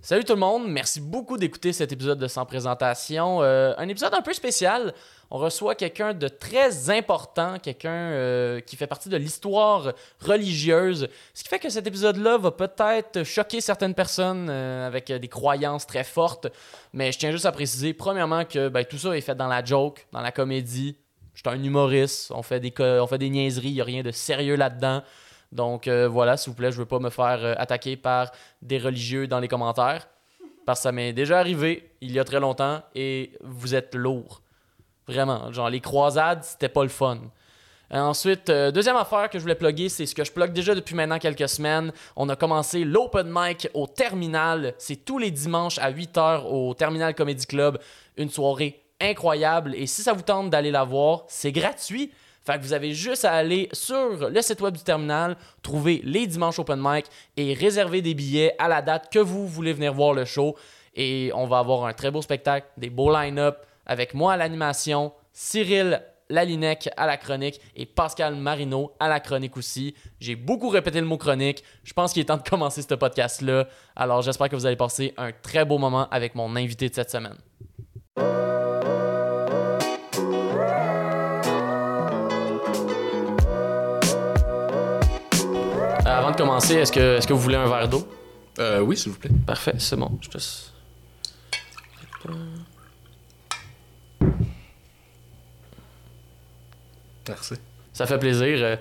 Salut tout le monde, merci beaucoup d'écouter cet épisode de Sans Présentation. Euh, un épisode un peu spécial. On reçoit quelqu'un de très important, quelqu'un euh, qui fait partie de l'histoire religieuse. Ce qui fait que cet épisode-là va peut-être choquer certaines personnes euh, avec euh, des croyances très fortes. Mais je tiens juste à préciser, premièrement, que ben, tout ça est fait dans la joke, dans la comédie. Je suis un humoriste, on fait des, co- on fait des niaiseries, il n'y a rien de sérieux là-dedans. Donc euh, voilà, s'il vous plaît, je veux pas me faire euh, attaquer par des religieux dans les commentaires. Parce que ça m'est déjà arrivé il y a très longtemps et vous êtes lourd. Vraiment. Genre, les croisades, c'était pas le fun. Euh, ensuite, euh, deuxième affaire que je voulais plugger, c'est ce que je plug déjà depuis maintenant quelques semaines. On a commencé l'open mic au Terminal. C'est tous les dimanches à 8h au Terminal Comedy Club. Une soirée incroyable. Et si ça vous tente d'aller la voir, c'est gratuit. Fait que vous avez juste à aller sur le site web du terminal, trouver les dimanches open mic et réserver des billets à la date que vous voulez venir voir le show. Et on va avoir un très beau spectacle, des beaux line-up avec moi à l'animation, Cyril Lalinec à la chronique et Pascal Marino à la chronique aussi. J'ai beaucoup répété le mot chronique. Je pense qu'il est temps de commencer ce podcast-là. Alors j'espère que vous allez passer un très beau moment avec mon invité de cette semaine. Euh, Avant de commencer, est-ce que, est-ce que vous voulez un verre d'eau? Euh, oui, s'il vous plaît. Parfait, c'est bon. Je te... s- Merci. Ça fait plaisir. Euh,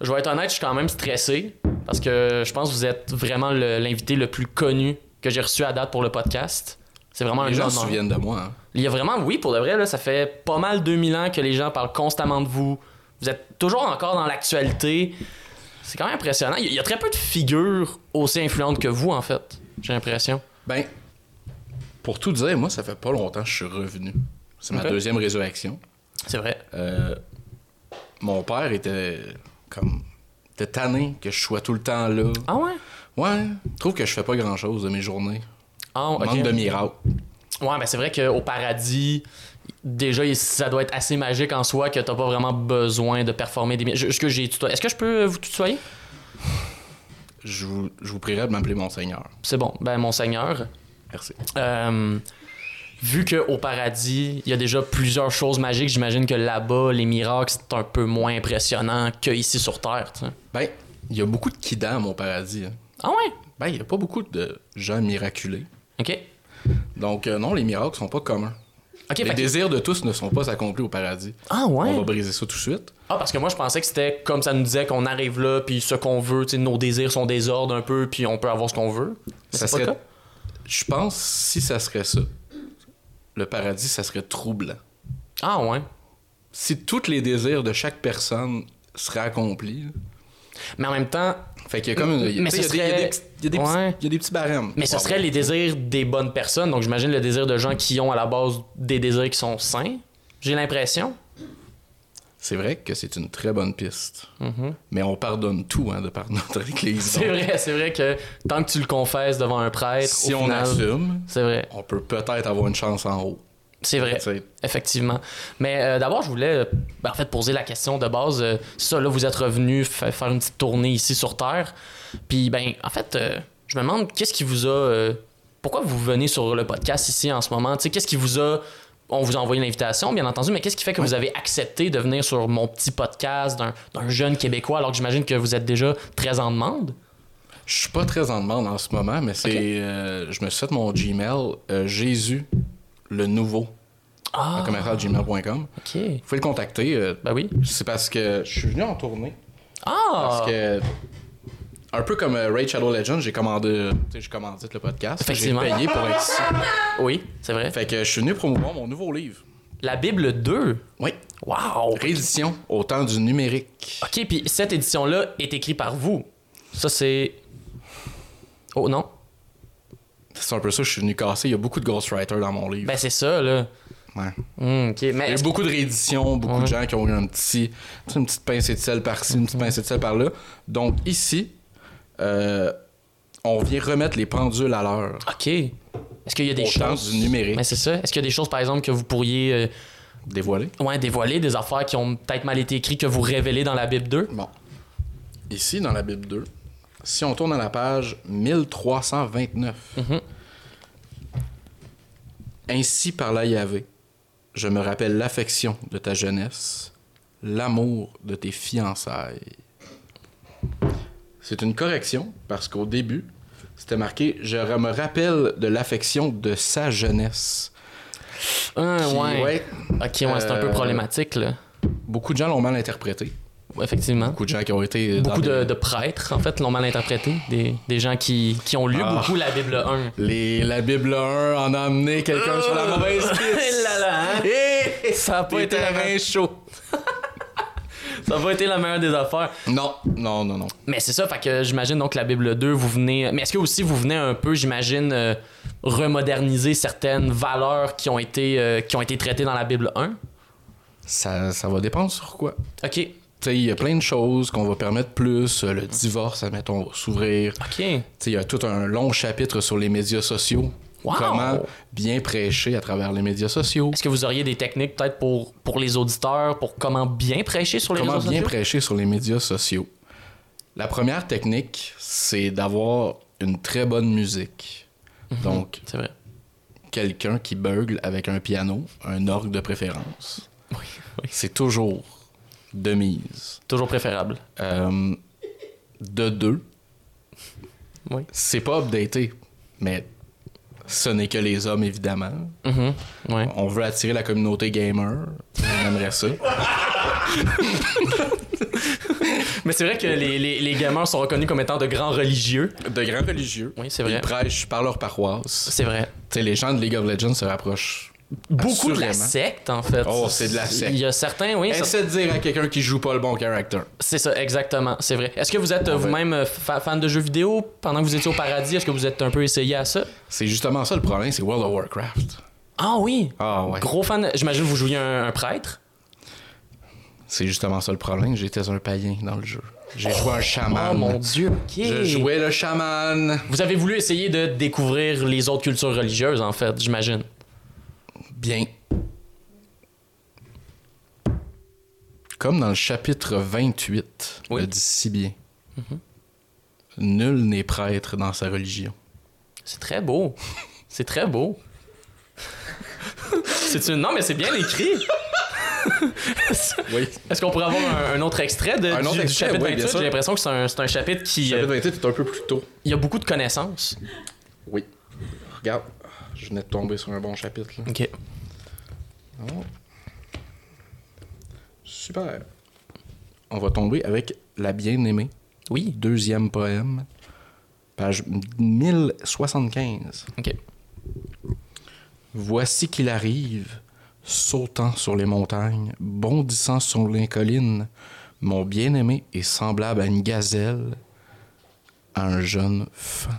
Je vais être honnête, je suis quand même stressé parce que je pense que vous êtes vraiment le- l'invité le, plus connu que j'ai reçu à date pour le podcast. C'est vraiment un Les gens se honneur. souviennent de moi. hein. Il y a vraiment, oui, pour de vrai, là, ça fait pas mal 2000 ans que les gens parlent constamment de vous. Vous êtes toujours encore dans l'actualité. C'est quand même impressionnant. Il y a- il y a très peu de figures aussi influentes que vous, en fait, j'ai l'impression. Ben, pour tout dire, moi, ça fait pas longtemps que je suis revenu. C'est ma Ok. deuxième résurrection. C'est vrai. Euh, mon père était comme. était tanné que je sois tout le temps là. Ah ouais? Ouais, je trouve que je fais pas grand chose de mes journées. Ah, ok. Manque de miracles. Ouais, mais c'est vrai qu'au paradis, déjà, il- ça doit être assez magique en soi que t'as pas vraiment besoin de performer des. mi- Je- Est-ce que j'ai tutoyé? Est-ce que je peux vous tutoyer? Je vous, je vous prierai de m'appeler Monseigneur. C'est bon. Ben, Monseigneur, Merci. euh, vu qu'au paradis, il y a déjà plusieurs choses magiques, j'imagine que là-bas, les miracles, c'est un peu moins impressionnant qu'ici sur Terre, tu sais. Ben, il y a beaucoup de kidam au paradis. hein. Ah ouais? Ben, il y a pas beaucoup de gens miraculés. Ok. Donc, euh, non, les miracles sont pas communs. Ok, Les fait que- désirs de tous ne sont pas accomplis au paradis. Ah On ouais? va briser ça tout de suite. Ah, parce que moi, je pensais que c'était comme ça nous disait qu'on arrive là, puis ce qu'on veut, tu sais, nos désirs sont des ordres un peu, puis on peut avoir ce qu'on veut. Mais Ça c'est pas le serait... cas? Je pense si ça serait ça, le paradis, ça serait troublant. Ah ouais? Si tous les désirs de chaque personne seraient accomplis, Mais en même temps, fait qu'il y a comme une... il y a- Mais tu sais, ce il y a des- il y a des serait- petits- il y a des petits- Ouais. il y a des petits barèmes. mais ce Bon, serait les désirs des bonnes personnes. Donc j'imagine le désir de gens qui ont à la base des désirs qui sont sains. J'ai l'impression. C'est vrai que c'est une très bonne piste. Mm-hmm. Mais on pardonne tout hein, de par notre église. C'est Donc, vrai, c'est vrai que tant que tu le confesses devant un prêtre, Si au on final, assume, c'est vrai, on peut peut-être avoir une chance en haut. c'est vrai, Tu sais, effectivement. Mais euh, d'abord, je voulais euh, ben, en fait poser la question de base. euh, ça, là, vous êtes revenu fa- faire une petite tournée ici sur Terre. Puis, ben, en fait, euh, je me demande qu'est-ce qui vous a, euh, pourquoi vous venez sur le podcast ici en ce moment. Tu sais, qu'est-ce qui vous a on vous a envoyé l'invitation, bien entendu, mais qu'est-ce qui fait que vous avez accepté de venir sur mon petit podcast d'un d'un jeune Québécois alors que j'imagine que vous êtes déjà très en demande? Je suis pas très en demande en ce moment, mais c'est. Ok. euh, je me suis fait mon Gmail, euh, Jésus, le nouveau, Ah, en commercial gmail.com. ok. Vous pouvez le contacter. euh, Ben oui. c'est parce que je suis venu en tournée. Ah! Parce que. Un peu comme euh, Raid Shadow Legend, j'ai commandé, euh, tu sais, j'ai commandé le podcast. J'ai Effectivement. payé pour être ici. Oui, c'est vrai. Fait que je suis venu promouvoir mon nouveau livre. La Bible 2. Oui. Wow! Réédition au temps du numérique. OK, puis cette édition-là est écrite par vous. Ça, c'est... Oh non? C'est un peu ça, que je suis venu casser. Il y a beaucoup de ghostwriters dans mon livre. Ben c'est ça, là. Ouais. Hmm, OK, mais... Il y a eu beaucoup de rééditions, beaucoup de gens qui ont eu un petit, tu sais, une petite pincée de sel par-ci, une petite pincée de sel par-là. Donc ici, euh, on vient remettre les pendules à l'heure OK. Est-ce qu'il y a des au temps choses... du numérique Mais c'est ça. Est-ce qu'il y a des choses, par exemple, que vous pourriez euh, dévoilé. ouais, dévoiler, des affaires qui ont peut-être mal été écrites, que vous révélez dans la Bible 2? Bon. Ici, dans la Bible 2, si on tourne à la page 1329, Mhm. Ainsi parla Yahvé. Je me rappelle l'affection de ta jeunesse, l'amour de tes fiançailles. C'est une correction parce qu'au début, c'était marqué Je me rappelle de l'affection de sa jeunesse. Ah, Qui, ouais. Ok, ouais, c'est un peu Euh, problématique, là. Beaucoup de gens l'ont mal interprété. Ouais, Effectivement. Beaucoup de gens qui ont été. dans Beaucoup de, les- de prêtres, en fait, l'ont mal interprété. Des, des gens qui, qui ont lu Ah. beaucoup la Bible 1. les- la Bible 1 en a amené quelqu'un sur la mauvaise piste. là là, hein? Et Ça a pas été la meilleure- chaud. Ça n'a pas été la meilleure des affaires. Non, non, non, non. Mais c'est ça, fait que j'imagine donc la Bible 2, vous venez. Mais est-ce que aussi vous venez un peu, j'imagine, euh, remoderniser certaines valeurs qui ont été euh, qui ont été traitées dans la Bible 1 Ça, ça va dépendre sur quoi. Ok. Tu sais, il y a plein de choses qu'on va permettre plus. Euh, Le divorce, admettons, va s'ouvrir. Ok. Tu sais, il y a tout un long chapitre sur les médias sociaux. Wow! Comment bien prêcher à travers les médias sociaux. Est-ce que vous auriez des techniques peut-être pour, pour les auditeurs, pour comment bien prêcher sur les Comment réseaux bien sociaux? prêcher sur les médias sociaux. La première technique, c'est d'avoir une très bonne musique. Mhm. Donc, C'est vrai. quelqu'un qui bugle avec un piano, un orgue de préférence. Oui, oui. C'est toujours de mise. Toujours préférable. Euh, de deux, Oui. c'est pas updaté, mais ce n'est que les hommes, évidemment. Mhm. Ouais. On veut attirer la communauté gamer. On aimerait ça. Mais c'est vrai que les, les, les gamers sont reconnus comme étant de grands religieux. De grands religieux. Oui, c'est vrai. Ils prêchent par leur paroisse. C'est vrai. Tu sais, les gens de League of Legends se rapprochent. Beaucoup de la assurément. secte, en fait. Oh, c'est de la secte. Il y a certains, oui. certains- Essaie de dire à quelqu'un qui joue pas le bon caractère. C'est ça, exactement, c'est vrai. Est-ce que vous êtes euh, Ouais. vous-même euh, fa- fan de jeux vidéo pendant que vous étiez au paradis? Est-ce que vous êtes un peu essayé à ça? C'est justement ça le problème, c'est World of Warcraft. Ah oui! Ah ouais. Gros fan, j'imagine que vous jouiez un, un prêtre. C'est justement ça le problème, j'étais un païen dans le jeu. J'ai joué un chaman. Oh mon dieu, ok. Je jouais le chaman. Vous avez voulu essayer de découvrir les autres cultures religieuses, en fait, j'imagine. Bien. Comme dans le chapitre 28, Oui. Mm-hmm. le dit si bien. Nul n'est prêtre dans sa religion. C'est très beau. C'est très beau. c'est une... Non, mais c'est bien écrit. Oui. Est-ce qu'on pourrait avoir un, un autre extrait de, Un du, autre du extrait, chapitre oui, bien 28? sûr. J'ai l'impression que c'est un, c'est un chapitre qui... euh, Chapitre 28 est un peu plus tôt. Il y a beaucoup de connaissances. Oui. Regarde, je venais de tomber sur un bon chapitre. là. OK. Oh. Super. On va tomber avec La Bien-Aimée, Oui. deuxième poème, page 1075. OK. Voici qu'il arrive, sautant sur les montagnes, bondissant sur les collines. Mon bien-aimé est semblable à une gazelle, à un jeune faim.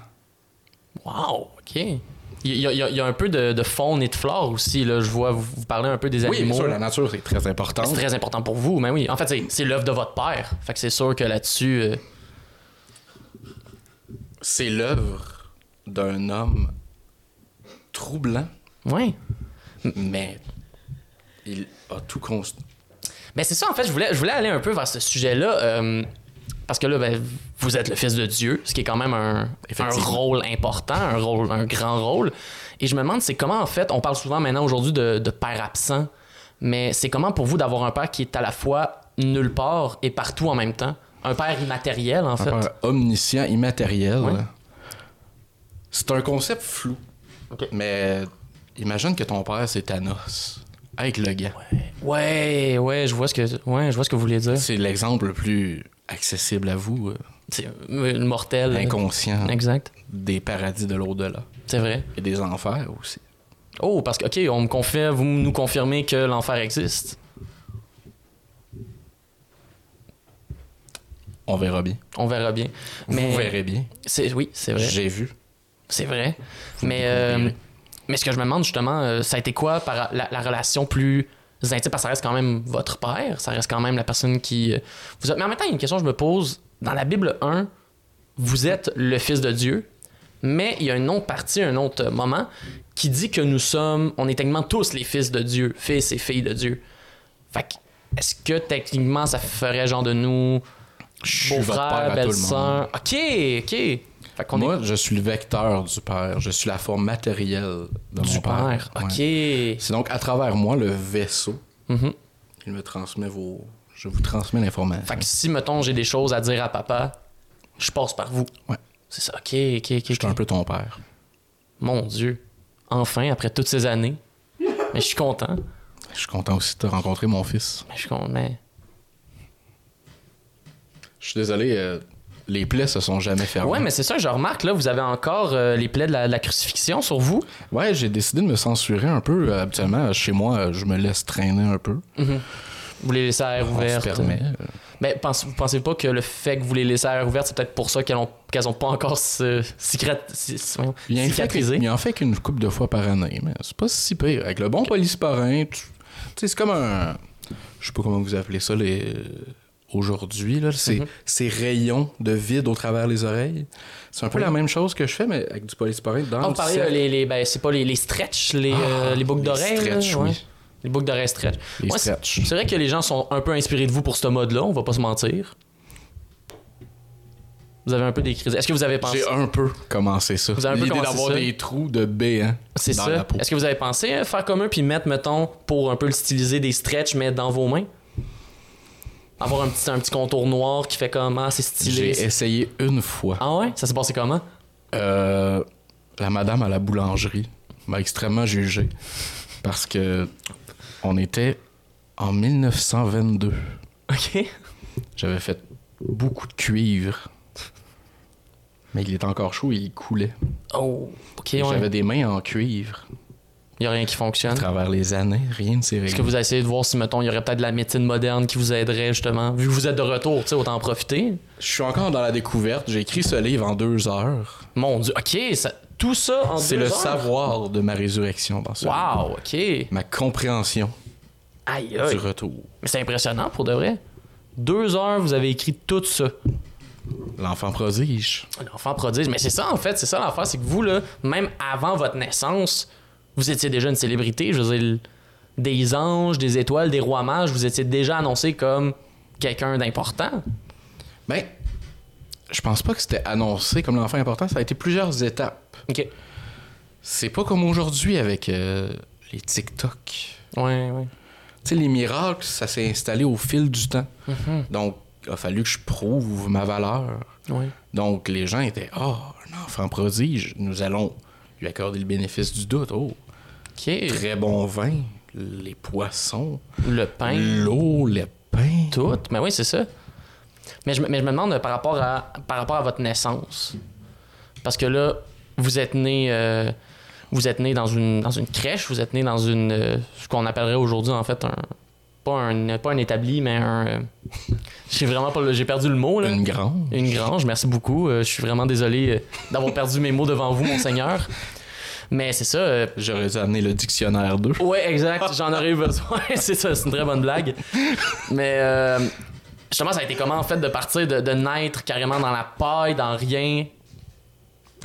Wow, ok. Il y, a- il y a- il y a un peu de, de faune et de flore aussi. Là. Je vois, vous, vous parlez un peu des Oui, bien animaux. sûr, la nature, c'est très important. c'est très important pour vous, mais oui. En fait, c'est- c'est l'œuvre de votre père. Fait que c'est sûr que là-dessus. euh, C'est l'œuvre d'un homme troublant, Ouais. mais il a tout construit. Mais Ben, c'est ça, en fait, je voulais, je voulais aller un peu vers ce sujet-là. euh, parce que là, ben, vous êtes le fils de Dieu, ce qui est quand même un, un Effectivement. rôle important, un, rôle, un grand rôle. Et je me demande, c'est comment, en fait, on parle souvent maintenant aujourd'hui de, de père absent, mais c'est comment pour vous d'avoir un père qui est à la fois nulle part et partout en même temps? Un père immatériel, en fait. Un omniscient, immatériel. Ouais. C'est un concept flou. Mais imagine que ton père, c'est Thanos. Avec le gars. Ouais, ouais, je vois ce que, ouais, je vois ce que vous voulez dire. C'est l'exemple le plus accessible à vous, euh, C'est euh, mortel. inconscient, Exact. des paradis de l'au-delà. C'est vrai. Et des enfers aussi. Oh, parce que, OK, on me confirme, vous nous confirmez que l'enfer existe. On verra bien. On verra bien. Mais Vous verrez bien. c'est oui, c'est vrai. J'ai vu. C'est vrai. Mais découvrirez. euh, mais ce que je me demande justement, euh, ça a été quoi par la, la relation plus intime parce que ça reste quand même votre père, ça reste quand même la personne qui euh, vous êtes. Mais en même temps, il y a une question que je me pose dans la Bible 1, vous êtes le fils de Dieu, mais il y a une autre partie, un autre euh, moment qui dit que nous sommes, on est techniquement tous les fils de Dieu, fils et filles de Dieu. Fait que, est-ce que techniquement ça ferait genre de nous Je suis votre père beau-frère, à tout le monde. belle-sœur Ok, ok. Fait qu'on Moi, je suis le vecteur du père. Je suis la forme matérielle de est du mon père. père. Ouais. OK. C'est donc à travers moi le vaisseau. Mhm. Il me transmet vos. Je vous transmets l'information. Fait que si, mettons, j'ai des choses à dire à papa, je passe par vous. Ouais. C'est ça. OK, OK, OK. Je suis ok. un peu ton père. Mon Dieu. Enfin, après toutes ces années. Mais je suis content. Je suis content aussi de te rencontrer, mon fils. Mais je suis content. Mais... Je suis désolé, euh, les plaies se sont jamais fermées. Ouais, mais c'est ça, je remarque, là, vous avez encore euh, les plaies de la, de la crucifixion sur vous. Ouais, j'ai décidé de me censurer un peu. Euh, Habituellement, chez moi, euh, je me laisse traîner un peu. Vous les laissez à air On se ouvert. permet. Euh, Mais pense- vous pensez pas que le fait que vous les laissez à air ouvert, c'est peut-être pour ça qu'elles ont, qu'elles ont pas encore ce, cicrat- ci- voyons, Il en, fait, cicatrisé? il en fait qu'une couple de fois par année, mais c'est pas si pire. Avec le bon polysporin, tu tu sais, c'est comme un. Je sais pas comment vous appelez ça les... aujourd'hui, là. Ces, Mhm. ces rayons de vide au travers les oreilles. C'est un peu la même chose que je fais, mais avec du polysporin dans Ah, vous le parlez, cercle. euh, les, les- ben, c'est pas les, les stretch, les, Ah, euh, les boucles les d'oreilles. là, stretch, ouais. oui. Les boucles d'oreilles stretch. Les Ouais, c'est- stretch. C'est vrai que les gens sont un peu inspirés de vous pour ce mode-là, on va pas se mentir. Vous avez un peu des crises. Est-ce que vous avez pensé. J'ai un peu commencé ça. Vous avez un peu L'idée commencé d'avoir ça. des trous de hein. béant C'est dans ça. la peau. Est-ce que vous avez pensé euh, faire comme eux puis mettre, mettons, pour un peu le styliser, des stretch, mais dans vos mains Avoir un petit, un petit contour noir qui fait comment c'est stylé. J'ai c'est- essayé une fois. Ah ouais Ça s'est passé comment Euh, la madame à la boulangerie m'a extrêmement jugé parce que on était en 1922. Ok. J'avais fait beaucoup de cuivre. Mais il était encore chaud, il coulait. Oh, ok, Et J'avais ouais. des mains en cuivre. Il n'y a rien qui À fonctionne. travers les années, rien ne s'est réglé. Est-ce que vous avez essayé de voir si, mettons, il y aurait peut-être de la médecine moderne qui vous aiderait, justement Vu que vous êtes de retour, tu sais, autant en profiter. Je suis encore dans la découverte. J'ai écrit ce livre en deux heures. Mon Dieu, ok, ça- tout ça en C'est deux le heures? savoir de ma résurrection dans ce livre. Wow, ok. Aïe, Ma compréhension aïe. du retour. Mais c'est impressionnant pour de vrai. Deux heures, vous avez écrit tout ça. L'enfant prodige. L'enfant prodige. Mais c'est ça, en fait, c'est ça l'enfant, c'est que vous, là, même avant votre naissance, vous étiez déjà une célébrité. Je veux dire, le- des anges, des étoiles, des rois mages, vous étiez déjà annoncé comme quelqu'un d'important. Ben, je pense pas que c'était annoncé comme l'enfant important. Ça a été plusieurs étapes. Ok. C'est pas comme aujourd'hui avec euh, les TikTok. Tu Ouais, ouais. sais, les miracles, ça s'est installé au fil du temps. Donc, il a fallu que je prouve ma valeur. Ouais. Donc, les gens étaient Ah, un enfant prodige, nous allons lui accorder le bénéfice du doute. Oh, Ok. très bon vin, les poissons, Le pain. l'eau, les pains. Tout. Mais oui, c'est ça. Mais je, me- mais je me demande euh, par rapport, à, par rapport à votre naissance. Parce que là, vous êtes né. euh, vous êtes né dans une, dans une crèche, vous êtes né dans une. euh, ce qu'on appellerait aujourd'hui, en fait, un. Pas un, pas un établi, mais un. euh, j'ai vraiment pas. le- J'ai perdu le mot, là. Une grande. Une grange, merci beaucoup. Euh, je suis vraiment désolé euh, d'avoir perdu mes mots devant vous, monseigneur. Mais c'est ça. euh, J'aurais dû amener le dictionnaire 2. Ouais, exact. J'en aurais eu besoin. c'est ça, c'est une très bonne blague. Mais euh, justement, ça a été comment en fait de partir de, de naître carrément dans la paille, dans rien.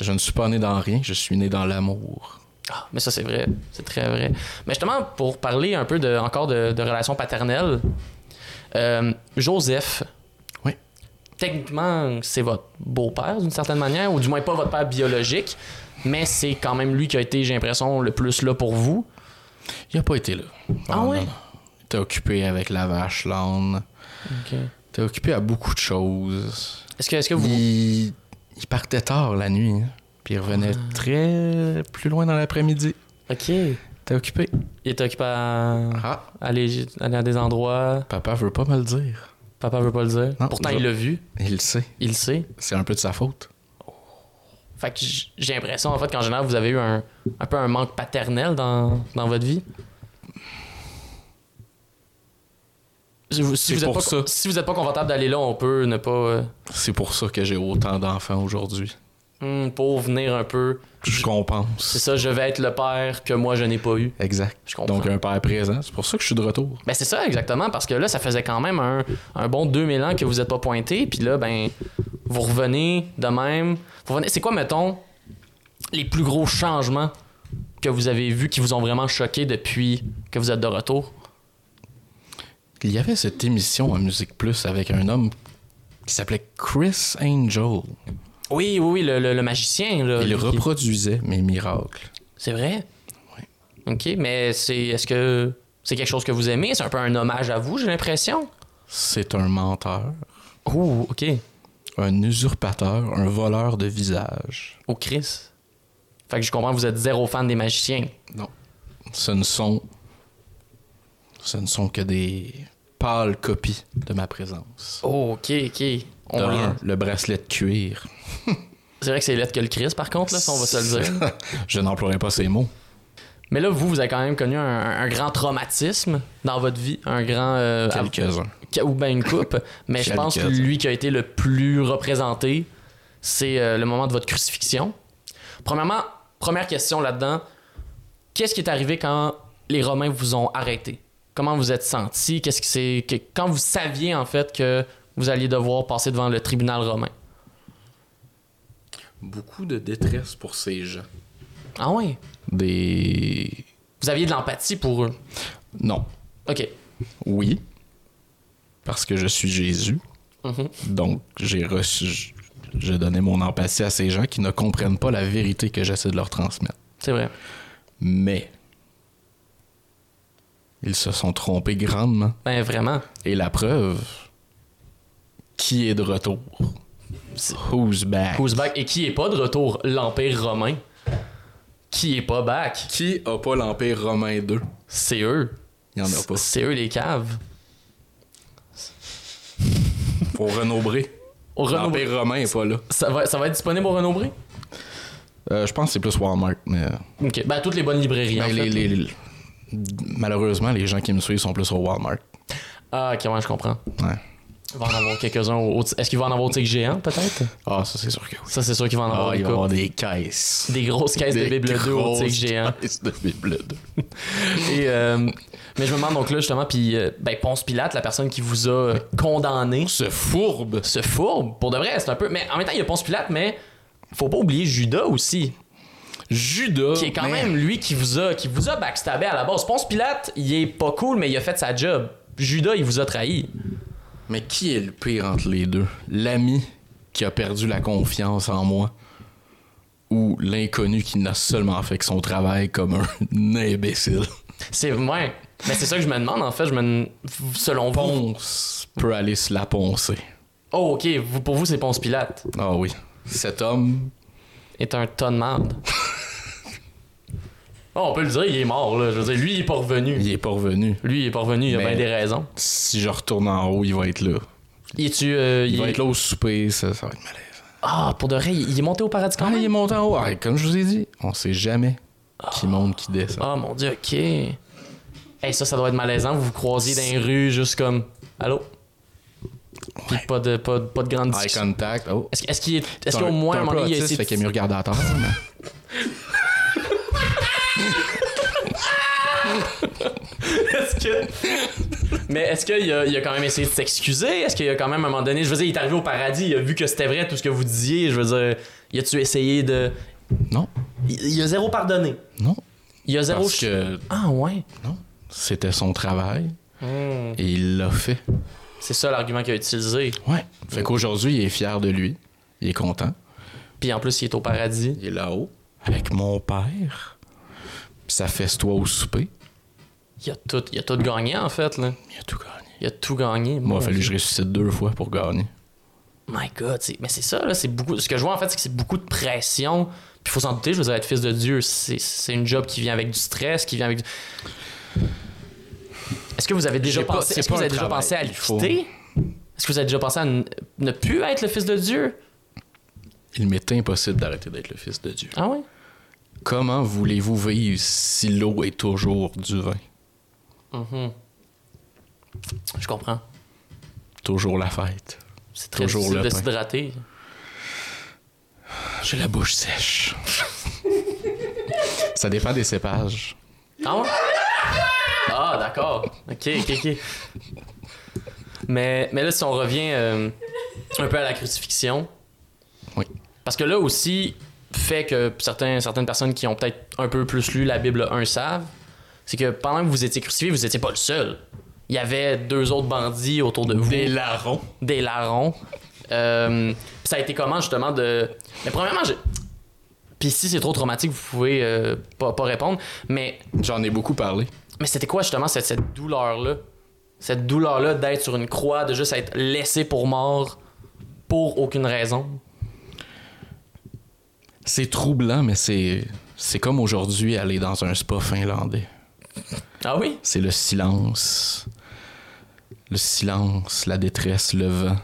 Je ne suis pas né dans rien, je suis né dans l'amour. Ah, mais ça, c'est vrai. C'est très vrai. Mais justement, pour parler un peu de, encore de, de relations paternelles, euh, Joseph. Oui. Techniquement, c'est votre beau-père d'une certaine manière, ou du moins pas votre père biologique, mais c'est quand même lui qui a été, j'ai l'impression, le plus là pour vous. Il a pas été là. Ah Non, ouais? non, non. Il était occupé avec la vache, l'âne. Il était occupé à beaucoup de choses. Est-ce que, est-ce que vous. Il... il partait tard la nuit, hein, puis il revenait très plus loin dans l'après-midi. Ok. Il T'es occupé? était occupé à. Ah, aller, aller à des endroits. papa veut pas me le dire. Papa veut pas le dire. Non, Pourtant, je- il l'a vu, Il le sait. il le sait. C'est un peu de sa faute. Fait que j- j'ai l'impression, en fait, qu'en général, vous avez eu un, un peu un manque paternel dans, dans votre vie. Si vous, si C'est vous êtes pour pas, ça. si vous êtes pas confortable d'aller là, on peut ne pas. euh, C'est pour ça que j'ai autant d'enfants aujourd'hui. hmm, pour venir un peu. Je C'est compense. ça, je vais être le père que moi je n'ai pas eu. Exact. Je comprends. Donc un père présent. C'est pour ça que je suis de retour. Ben c'est ça exactement parce que là ça faisait quand même un, un bon 2000 ans que vous êtes pas pointé puis là ben vous revenez de même. Vous revenez- C'est quoi mettons les plus gros changements que vous avez vus qui vous ont vraiment choqué depuis que vous êtes de retour Il y avait cette émission à Musique Plus avec un homme qui s'appelait Chris Angel. Oui, oui, oui, le, le- le magicien. Là, Il lui qui- reproduisait mes miracles. C'est vrai? Oui. OK, mais c'est est-ce que c'est quelque chose que vous aimez? C'est un peu un hommage à vous, j'ai l'impression. C'est un menteur, Ouh, OK. un usurpateur, un voleur de visage. Au Oh, Chris. Fait que je comprends, vous êtes zéro fan des magiciens. Non. Ce ne sont. Ce ne sont que des pâles copies de ma présence. Oh, OK, OK. On- De un, le bracelet de cuir. C'est vrai que c'est lettre que le Chris, par contre, là, si on va se le dire. Je n'emploierai pas ces mots. Mais là, vous, vous avez quand même connu un, un grand traumatisme dans votre vie, un grand. euh, Ah. Quelques-uns. av- ou bien une coupe. Mais je pense que Quelques. lui qui a été le plus représenté, c'est euh, le moment de votre crucifixion. Premièrement, première question là-dedans. Qu'est-ce qui est arrivé quand les Romains vous ont arrêté? Comment vous êtes senti? Qu'est-ce qui s'est. que- Quand vous saviez, en fait, que vous alliez devoir passer devant le tribunal romain? Beaucoup de détresse pour ces gens. Ah oui? Des. Vous aviez de l'empathie pour eux. Non. OK. Oui. Parce que je suis Jésus. Mhm. Donc, j'ai reçu. je- Je donnais mon empathie à ces gens qui ne comprennent pas la vérité que j'essaie de leur transmettre. C'est vrai. Mais. Ils se sont trompés grandement. Ben vraiment. Et la preuve. Qui est de retour? Who's back? Who's back? Et qui est pas de retour? L'Empire romain. Qui est pas back? Qui a pas l'Empire romain 2? C'est eux. Il y en a pas. C'est eux les caves. Faut renombrer. Au Renaud- L'Empire romain est pas là. ça, va, ça va être disponible au Renaud Bré? Euh, je pense que c'est plus Walmart, mais. Ok. Ben, toutes les bonnes librairies. en Ben, les- fait. les- les- Malheureusement, les gens qui me suivent sont plus au Walmart. Ah, ok, ouais, je comprends. Ouais. Il va en avoir quelques-uns. au- au- Est-ce qu'il va en avoir au Tigre Géant, peut-être? Ah, ça, c'est sûr que oui. Ça, c'est sûr qu'il va en Ah, avoir. il une va y couple. avoir des caisses. Des grosses Oh, caisses de Bible 2 au Tigre grosses Géant. caisses de Bible 2. Et, euh, mais je me demande donc là, justement, puis euh, ben, Ponce Pilate, la personne qui vous a euh, condamné, Ce fourbe. se fourbe. Pour de vrai, c'est un peu. Mais en même temps, il y a Ponce Pilate, mais faut pas oublier Judas aussi. Judas. qui est quand man. même lui qui vous a qui vous a backstabé à la base. Ponce Pilate, il est pas cool, mais il a fait sa job. Judas, il vous a trahi. Mais qui est le pire entre les deux L'ami qui a perdu la confiance en moi ou l'inconnu qui n'a seulement fait que son travail comme un imbécile C'est ouais. Mais c'est ça que je me demande en fait. Je me selon vous. Ponce peut aller se la poncer. Oh ok, vous, pour vous c'est Ponce Pilate Ah oui. Cet homme est un ton de merde. Oh, on peut le dire, il est mort là. Je veux dire, lui il est pas revenu. Il est pas revenu. Lui il est pas revenu, il a Mais- bien des raisons. Si je retourne en haut, il va être là. Il est-tu euh, Il, il va est- être là au souper, ça, ça va être malaise. Ah pour de vrai, il il est monté au paradis quand Ah, il même. est monté en haut. Ah, comme je vous ai dit, on sait jamais qui monte, qui descend. Ah mon dieu, ok. Hey, ça, ça doit être malaisant. Vous vous croisez dans les rues, juste comme. Allô? Puis pas, de, pas, de- pas de grande Eye discussion. contact. Oh. Est-ce est-ce qu'il est, est T'es qu'au un- moins, t'es à un peu moment donné, il a autiste, essayé fait de- qu'il est mieux regarder à terre. mais- Est-ce que- Mais est-ce qu'il a, il a quand même essayé de s'excuser? Est-ce qu'il a quand même, à un moment donné, je veux dire, il est arrivé au paradis, il a vu que c'était vrai tout ce que vous disiez, je veux dire, il a-tu essayé de. Non, Il, il a zéro pardonné. non. Il a zéro. Parce que Ah ouais? non, c'était son travail Hmm. et il l'a fait. C'est ça l'argument qu'il a utilisé. Ouais. Hmm. Fait qu'aujourd'hui, il est fier de lui. Il est content. Puis en plus, il est au paradis. Il est là-haut. Avec mon père. Puis ça fesse toi au souper. Il a tout, il a tout gagné, en fait, là. Il a tout gagné. Il a tout gagné. Moi, Mon il a fallu que je ressuscite deux fois pour gagner. My God, c'est- mais c'est ça, là, c'est beaucoup. Ce que je vois en fait, c'est que c'est beaucoup de pression. Puis faut s'en douter, je veux dire, être fils de Dieu, c'est c'est une job qui vient avec du stress, qui vient avec. du- Est-ce que vous avez déjà J'ai pas- pensé, c'est est-ce que pas vous un avez déjà travail, pensé à le il faut- quitter Est-ce que vous avez déjà pensé à ne, ne plus être le fils de Dieu Il m'est impossible d'arrêter d'être le fils de Dieu. Ah oui. Comment voulez-vous vivre si l'eau est toujours du vin? Je comprends. Toujours la fête. C'est très Toujours difficile le de pain. s'hydrater. J'ai la bouche sèche. Ça dépend des cépages. Ah ouais? Ah, d'accord. Ok, ok, ok. Mais, mais là, si on revient euh, un peu à la crucifixion. Oui. Parce que là aussi, fait que certains, certaines personnes qui ont peut-être un peu plus lu la Bible 1 savent, c'est que pendant que vous étiez crucifié, vous n'étiez pas le seul. Il y avait deux autres bandits autour de vous, des, larrons. larrons. Euh, pis ça a été comment, justement, de. Mais premièrement, je. Puis si c'est trop traumatique, vous pouvez euh, pas, pas répondre. Mais, J'en ai beaucoup parlé. mais c'était quoi, justement, cette, cette douleur-là Cette douleur-là d'être sur une croix, de juste être laissé pour mort pour aucune raison. C'est troublant, mais c'est c'est comme aujourd'hui aller dans un spa finlandais. Ah oui C'est le silence. Le silence, la détresse, le vent.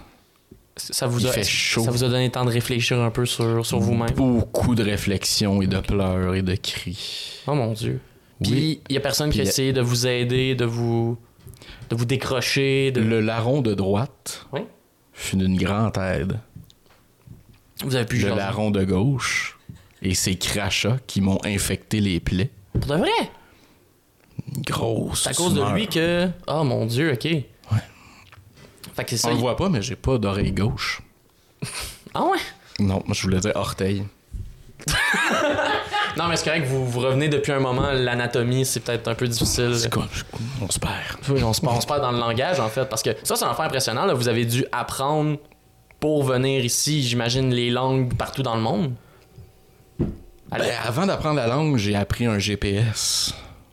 Ça vous, Il a, fait chaud. Mmh. ça vous a donné le temps de réfléchir un peu sur, sur vous-même. Beaucoup de réflexions et de pleurs et de cris. Oh mon Dieu. Puis, il Oui. y a personne qui a Puis- essayé de vous aider, de vous, de vous décrocher. De... Le larron de droite Oui. fut d'une grande aide. Vous avez pu Le jaser. larron de gauche et ses crachats qui m'ont infecté les plaies. Pour de vrai? Une grosse. C'est à cause de tumeur. lui que. Oh mon dieu, ok. Ouais. Fait que c'est ça. On le il- voit pas, mais j'ai pas d'oreille gauche. Ah ouais? Non, moi, je voulais dire orteil. Non, mais c'est correct, vous, vous revenez depuis un moment, l'anatomie, c'est peut-être un peu difficile. C'est quoi? On se perd. Oui, on se perd- on se perd dans le langage, en fait, parce que ça, c'est un fait impressionnant. là. Vous avez dû apprendre pour venir ici, j'imagine, les langues partout dans le monde. Allez. Ben, avant d'apprendre la langue, j'ai appris un GPS.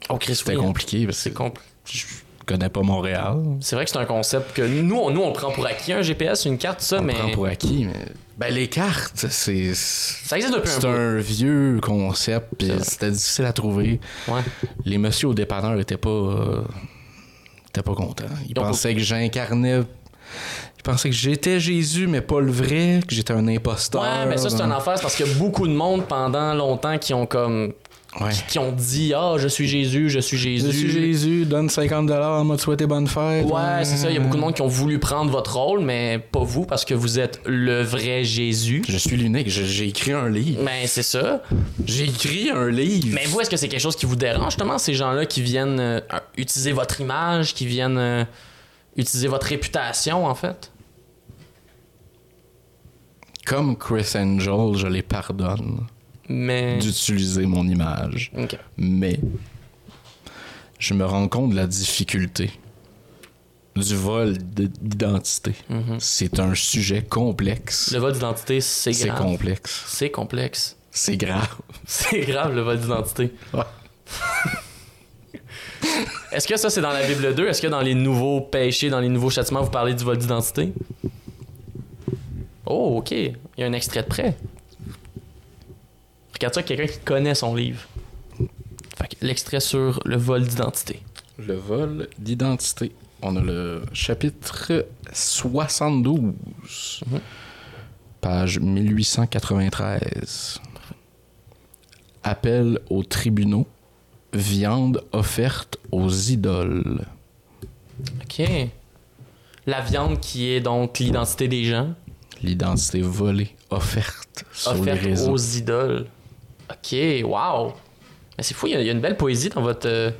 oh, Chris, C'était oui. compliqué parce que C'est compl- je connais pas Montréal. C'est vrai que c'est un concept que nous, on, nous, on le prend pour acquis, un GPS, une carte, ça, On mais prend pour acquis, mais. Ben, les cartes, c'est. ça existe depuis un C'est bout. un vieux concept, puis C'est vrai. c'était difficile à trouver. Ouais. Les messieurs au dépanneur étaient pas. euh, étaient pas contents. Ils Donc, pensaient que j'incarnais. Ils pensaient que j'étais Jésus, mais pas le vrai, que j'étais un imposteur. Ouais, mais ça, c'est un affaire, c'est parce qu'il y a beaucoup de monde pendant longtemps qui ont comme. Ouais. qui- qui ont dit Ah, je suis Jésus, je suis Jésus. Je suis Jésus, donne 50 dollars en mode souhaiter bonne fête. Ouais, c'est ça. Il y a beaucoup de monde qui ont voulu prendre votre rôle, mais pas vous, parce que vous êtes le vrai Jésus. Je suis l'unique, je- j'ai écrit un livre. Mais c'est ça. J'ai écrit un livre. Mais vous, est-ce que c'est quelque chose qui vous dérange, justement, ces gens-là qui viennent euh, utiliser votre image, qui viennent euh, utiliser votre réputation, en fait? Comme Chris Angel, je les pardonne Mais. d'utiliser mon image. Ok. Mais je me rends compte de la difficulté du vol de- d'identité. Mhm. C'est un sujet complexe. Le vol d'identité, c'est C'est grave. complexe. C'est complexe. C'est grave. C'est grave, le vol d'identité. Ouais. Est-ce que ça, c'est dans la Bible 2? Est-ce que dans les nouveaux péchés, dans les nouveaux châtiments, vous parlez du vol d'identité? Oh, OK. Il y a un extrait de près. Regarde ça, quelqu'un qui connaît son livre. Fait que l'extrait sur le vol d'identité. Le vol d'identité. On a le chapitre 72, Mhm. page 1893. Appel aux tribunaux, viande offerte aux idoles. OK. La viande qui est donc l'identité des gens, L'identité volée, offerte sur offerte les réseaux. aux idoles. OK, wow. Mais c'est fou, il y, a- il y a une belle poésie dans votre... euh,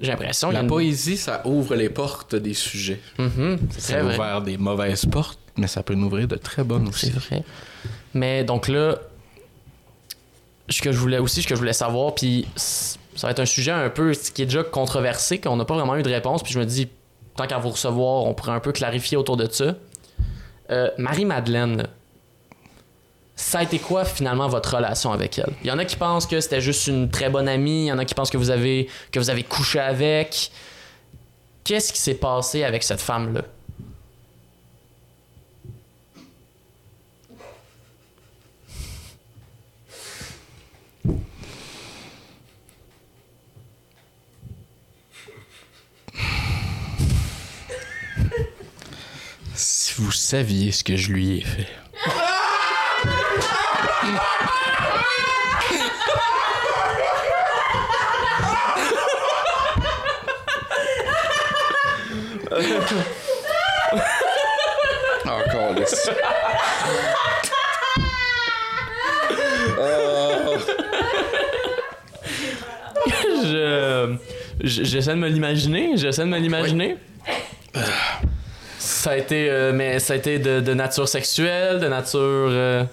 J'ai l'impression... il y a La une- poésie, ça ouvre les portes des sujets. Mhm, c'est Ça très peut vrai. ouvrir des mauvaises portes, mais ça peut nous ouvrir de très bonnes C'est aussi. vrai. Mais donc là, ce que je voulais aussi, ce que je voulais savoir, puis c- ça va être un sujet un peu ce qui est déjà controversé, qu'on n'a pas vraiment eu de réponse, puis je me dis, tant qu'à vous recevoir, on pourrait un peu clarifier autour de ça. Euh, Marie-Madeleine, là, ça a été quoi finalement votre relation avec elle? Il y en a qui pensent que c'était juste une très bonne amie, il y en a qui pensent que vous avez, que vous avez couché avec. Qu'est-ce qui s'est passé avec cette femme-là? Si vous saviez ce que je lui ai fait. Encore Je- je- J'essaie de me l'imaginer. J'essaie de me l'imaginer. Ça a été, euh, mais ça a été de, de nature sexuelle, de nature. euh,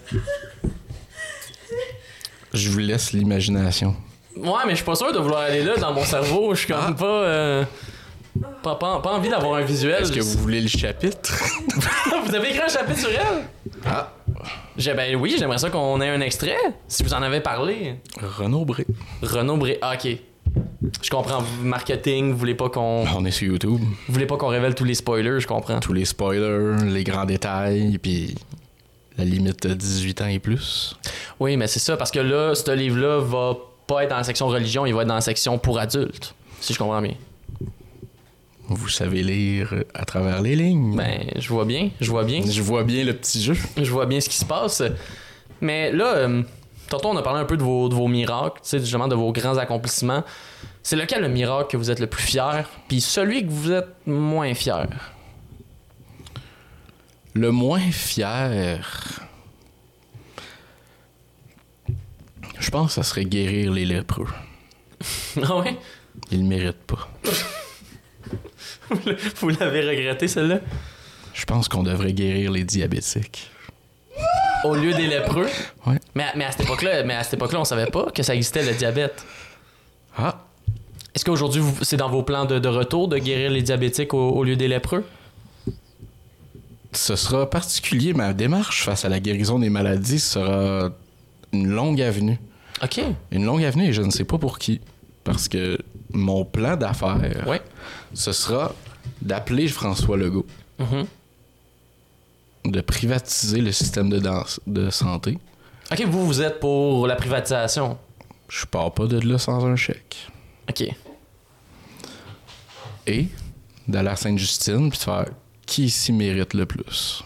Je vous laisse l'imagination. Ah. Ouais, mais je suis pas sûr de vouloir aller là dans mon cerveau. Je suis comme pas. euh, Pas, pas- pas envie d'avoir un visuel. Est-ce que vous voulez le chapitre? Vous avez écrit un chapitre sur elle? Ah, J'ai- ben oui, j'aimerais ça qu'on ait un extrait. Si vous en avez parlé. Renaud Bré. Renaud Bré. ah, ok. Je comprends. vous- Marketing, vous voulez pas qu'on. On est sur YouTube. vous voulez pas qu'on révèle tous les spoilers, je comprends. Tous les spoilers, les grands détails, puis la limite de 18 ans et plus. Oui, mais c'est ça, parce que là, ce livre-là va pas être dans la section religion, il va être dans la section pour adultes. Si je comprends bien. Vous savez lire à travers les lignes. Ben, je vois bien, je vois bien. Je vois bien le petit jeu. Je vois bien ce qui se passe. Mais là, euh, tantôt, on a parlé un peu de vos, de vos miracles, tu sais, justement de vos grands accomplissements. C'est lequel le miracle que vous êtes le plus fier, puis celui que vous êtes moins fier? Le moins fier. Je pense que ça serait guérir les lépreux. Ah ouais? Ils le méritent pas. Vous l'avez regretté, celle-là? Je pense qu'on devrait guérir les diabétiques. Au lieu des lépreux? Ouais. Mais, mais à cette époque-là, mais à cette époque-là, on savait pas que ça existait, le diabète. Ah, Est-ce qu'aujourd'hui, vous- c'est dans vos plans de, de retour de guérir les diabétiques au, au lieu des lépreux? ce sera particulier. Ma démarche face à la guérison des maladies sera une longue avenue. OK. Une longue avenue et je ne sais pas pour qui. Parce que mon plan d'affaires, Ouais. ce sera d'appeler François Legault, Mhm. de privatiser le système de, danse- de santé. OK, vous, vous êtes pour la privatisation. Je pars pas de là sans un chèque. OK. Et d'aller à Sainte-Justine puis de faire qui ici mérite le plus.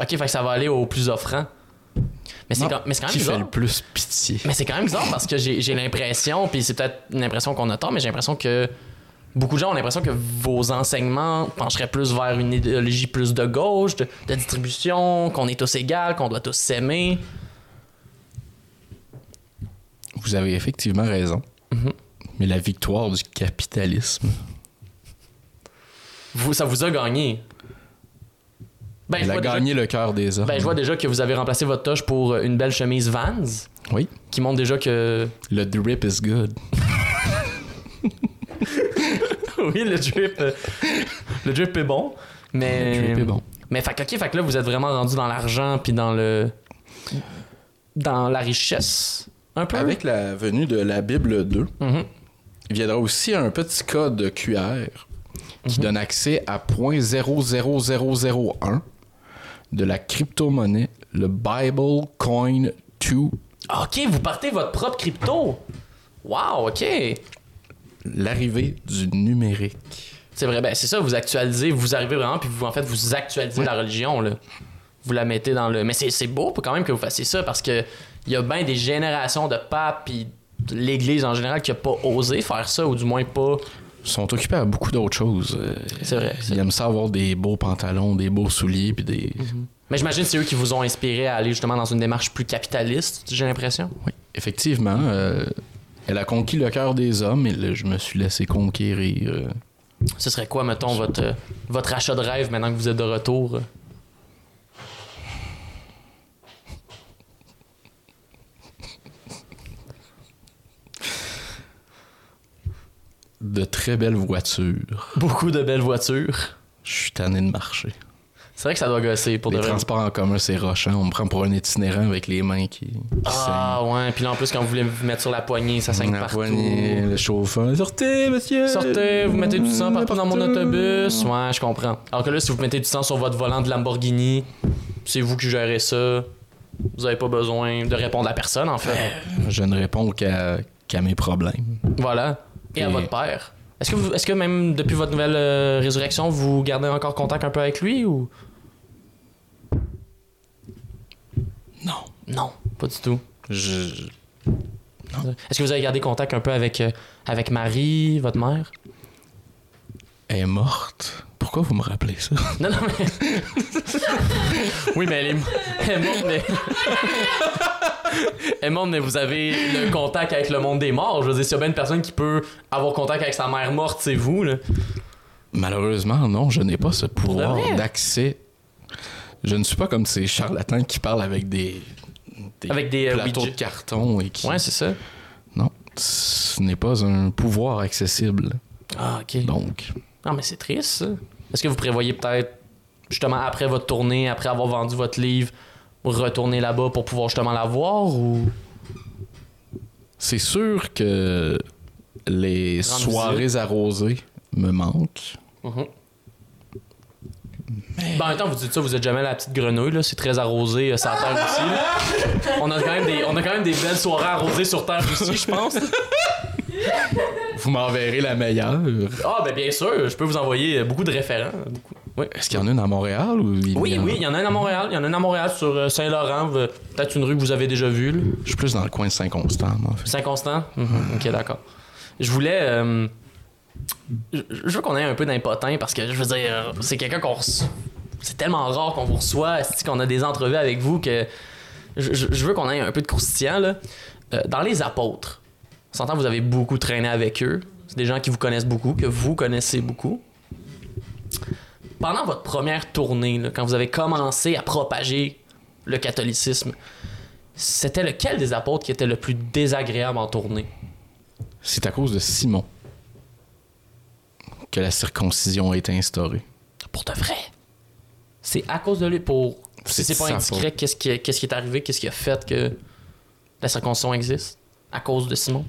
Ok, fait que ça va aller au plus offrant. Mais c'est Non, quand, mais c'est quand même Qui fait bizarre. le plus pitié. Mais c'est quand même bizarre parce que j'ai j'ai l'impression, puis c'est peut-être une impression qu'on a tort, mais j'ai l'impression que beaucoup de gens ont l'impression que vos enseignements pencheraient plus vers une idéologie plus de gauche, de, de distribution, qu'on est tous égaux, qu'on doit tous s'aimer. Vous avez effectivement raison. Mhm. Mais la victoire du capitalisme, Vous, ça vous a gagné. Ben, je elle a vois déjà- gagné le cœur des hommes. ben, je vois déjà que vous avez remplacé votre toche pour euh, une belle chemise Vans, Oui, qui montre déjà que le drip is good. oui, le drip. euh, Le drip est bon. Mais. Le drip est bon. Mais fait que, ok, fait que là, vous êtes vraiment rendu dans l'argent puis dans le. dans la richesse. Un peu. Avec la venue de la Bible 2, Mhm. il viendra aussi un petit code QR Mhm. qui donne accès à 0.00001 de la crypto-monnaie, le Bible Coin 2, Ah, Ok, vous partez votre propre crypto. Wow, ok. l'arrivée du numérique. C'est vrai, ben c'est ça, vous actualisez, vous arrivez vraiment puis vous, en fait, vous actualisez la religion, là. Vous la mettez dans le. Mais c'est c'est beau quand même que vous fassiez ça parce que il y a bien des générations de papes puis de l'Église en général qui a pas osé faire ça ou du moins pas. Ils sont occupés à beaucoup d'autres choses. Euh, C'est vrai, c'est Ils aiment ça avoir des beaux pantalons, des beaux souliers, puis des... Mais j'imagine que c'est eux qui vous ont inspiré à aller justement dans une démarche plus capitaliste, j'ai l'impression. Oui, effectivement. euh, elle a conquis le cœur des hommes et là, je me suis laissé conquérir. euh. Ce serait quoi, mettons, votre, euh, votre achat de rêve maintenant que vous êtes de retour? euh? de très belles voitures. Beaucoup de belles voitures. Je suis tanné de marcher. C'est vrai que ça doit gosser pour les de vrai. transports en commun, c'est rochant. On me prend pour un itinérant avec les mains qui, qui Ah ouais, puis là en plus quand vous voulez vous mettre sur la poignée, ça saignent. saigne La partout. poignée, le chauffeur. Sortez, monsieur! Sortez, vous mettez du sang partout, dans mon Partout. autobus. Ouais, je comprends. Alors que là, si vous mettez du sang sur votre volant de Lamborghini, c'est vous qui gérez ça. Vous avez pas besoin de répondre à personne, en fait. Je ne réponds qu'à qu'à mes problèmes. Voilà. Et, à Et- votre père. Est-ce que, vous- est-ce que même depuis votre nouvelle euh, résurrection, vous gardez encore contact un peu avec lui ou Non. non, pas du tout. Je... Est-ce que vous avez gardé contact un peu avec euh, avec Marie, votre mère Elle est morte. Pourquoi vous me rappelez ça? Non, non, mais oui, mais elle est, mo- elle est morte, mais elle est morte, mais vous avez le contact avec le monde des morts. Je veux dire, s'il y a bien une personne qui peut avoir contact avec sa mère morte, c'est vous là. Malheureusement, non, je n'ai pas ce pouvoir de vrai? d'accès. Je ne suis pas comme ces charlatans qui parlent avec des, des Avec des, euh, plateaux widgets. de carton et qui. Ouais, c'est ça. Non, ce n'est pas un pouvoir accessible. Ah, ok. Donc, Non, mais c'est triste, ça. Est-ce que vous prévoyez peut-être, justement, après votre tournée, après avoir vendu votre livre, retourner là-bas pour pouvoir justement la voir ou. c'est sûr que les Grande soirées arrosées me manquent. Mhm. Ben, en même temps, vous dites ça, vous êtes jamais la petite grenouille, là. C'est très arrosé, euh, ça terre aussi. là. On, a quand même des, on a quand même des belles soirées arrosées sur terre aussi, je pense. Vous m'enverrez la meilleure. Ah, ben bien sûr, je peux vous envoyer euh, beaucoup de référents. beaucoup. Oui. Est-ce qu'il y en a une à Montréal ou il y Oui, en a- oui, il y en a un à Montréal. Il y en a un à Montréal sur euh, Saint-Laurent. euh, Peut-être une rue que vous avez déjà vue. là. Je suis plus dans le coin de Saint-Constant, moi, en fait. Saint-Constant? Mhm, Ok, d'accord. Je voulais. euh, je, je veux qu'on ait un peu d'impotent parce que je veux dire, c'est quelqu'un qu'on reçoit. C'est tellement rare qu'on vous reçoit, c'est qu'on a des entrevues avec vous que je, je- je veux qu'on ait un peu de croustillant. Là. Euh, dans les apôtres, on s'entend que vous avez beaucoup traîné avec eux. C'est des gens qui vous connaissent beaucoup, que vous connaissez beaucoup. Pendant votre première tournée, là, quand vous avez commencé à propager le catholicisme, c'était lequel des apôtres qui était le plus désagréable en tournée? C'est à cause de Simon que la circoncision a été instaurée. Pour de vrai. C'est à cause de lui pour. Si C'est c'est pas sa indiscret, qu'est-ce qui, qu'est-ce qui est arrivé, qu'est-ce qui a fait que la circoncision existe? À cause de Simon?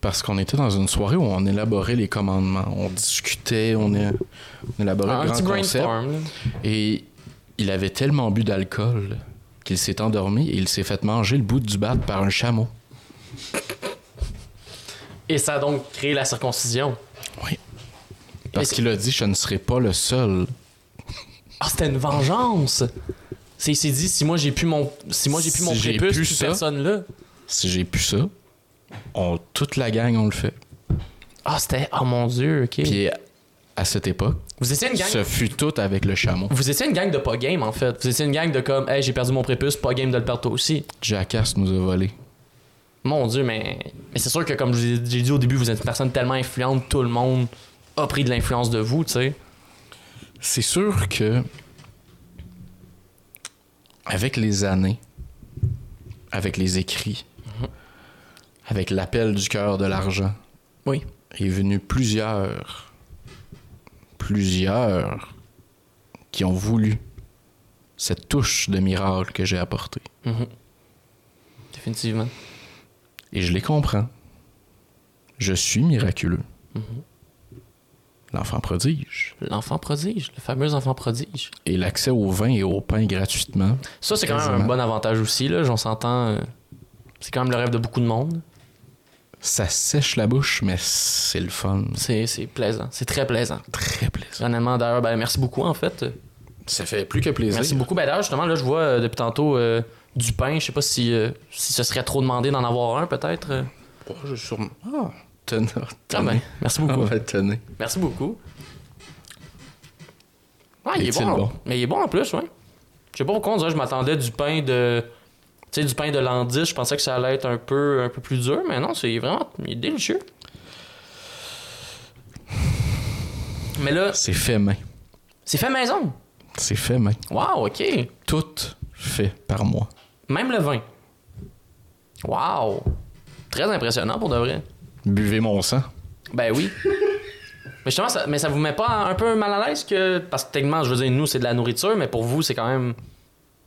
Parce qu'on était dans une soirée où on élaborait les commandements. On discutait, on, é- on élaborait Ah, un le petit grand concept. brainstorm. là. Et il avait tellement bu d'alcool qu'il s'est endormi et il s'est fait manger le bout du bat par un chameau. Et ça a donc créé la circoncision. Oui. Parce Et- qu'il a dit Je ne serai pas le seul. Ah, c'était une vengeance! C'est, il s'est dit, si moi j'ai plus mon, si moi j'ai plus Si mon j'ai prépuce, plus plus ça. personne là. Si j'ai pu ça, on, toute la gang, on le fait. Ah, c'était, oh mon dieu, ok. Puis à cette époque, vous étiez une gang ce fut tout avec le chameau. Vous étiez une gang de pas game en fait. Vous étiez une gang de comme, hey, j'ai perdu mon prépuce, pas game de le perdre toi aussi. Jackass nous a volé. Mon Dieu, mais, mais c'est sûr que comme je vous ai- j'ai dit au début, vous êtes une personne tellement influente, tout le monde a pris de l'influence de vous, tu sais. C'est sûr que avec les années, avec les écrits, avec l'appel du cœur de l'argent, Oui. est venu plusieurs, plusieurs qui ont voulu cette touche de miracle que j'ai apportée. Définitivement. Et je les comprends. Je suis miraculeux. Mm-hmm. L'enfant prodige. L'enfant prodige, le fameux enfant prodige. Et l'accès au vin et au pain gratuitement. Ça, c'est quand même un Quasiment. bon avantage aussi, là, j'en s'entend. euh, c'est quand même le rêve de beaucoup de monde. Ça sèche la bouche, mais c'est le fun. C'est C'est c'est plaisant, c'est très plaisant. très plaisant. Honnêtement, d'ailleurs, ben, merci beaucoup en fait. Ça fait plus que plaisir. Merci beaucoup. Ben, d'ailleurs, justement, là, je vois euh, depuis tantôt euh, du pain. Je sais pas si, euh, si ce serait trop demandé d'en avoir un, peut-être. euh. Oh, je suis sûrement- Ah, tenez. Ah ben, merci beaucoup. Ah ben, tenez. Merci beaucoup. Ouais, il est Est-il bon, bon? Mais il est bon en plus, ouais. Je sais pas pourquoi on dirait que je m'attendais du pain de. Tu sais, du pain de l'an 10, je pensais que ça allait être un peu, un peu plus dur, mais non, c'est vraiment. Il est délicieux. Mais là, C'est fait main. c'est fait maison. C'est fait main. Wow, ok. Tout fait par moi. Même le vin. Wow. Très impressionnant pour de vrai. Buvez mon sang. Ben oui. mais justement, ça, mais ça vous met pas un peu mal à l'aise que. Parce que techniquement, je veux dire, nous, c'est de la nourriture, mais pour vous, c'est quand même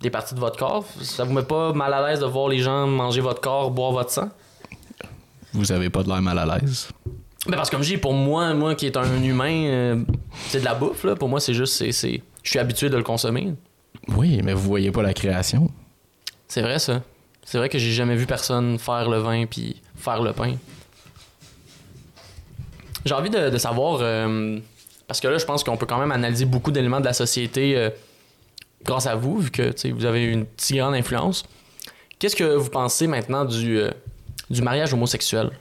des parties de votre corps. Ça vous met pas mal à l'aise de voir les gens manger votre corps, boire votre sang? Vous avez pas de l'air mal à l'aise. Ben parce que comme je dis, pour moi, moi qui est un humain, euh, c'est de la bouffe, là. Pour moi, c'est juste. c'est- c'est- Je suis habitué de le consommer. Oui, mais vous voyez pas la création. C'est vrai, ça. C'est vrai que j'ai jamais vu personne faire le vin puis faire le pain. J'ai envie de, de savoir, euh, parce que là, je pense qu'on peut quand même analyser beaucoup d'éléments de la société euh, grâce à vous, vu que tu sais, vous avez une si grande influence. Qu'est-ce que vous pensez maintenant du, euh, du mariage homosexuel?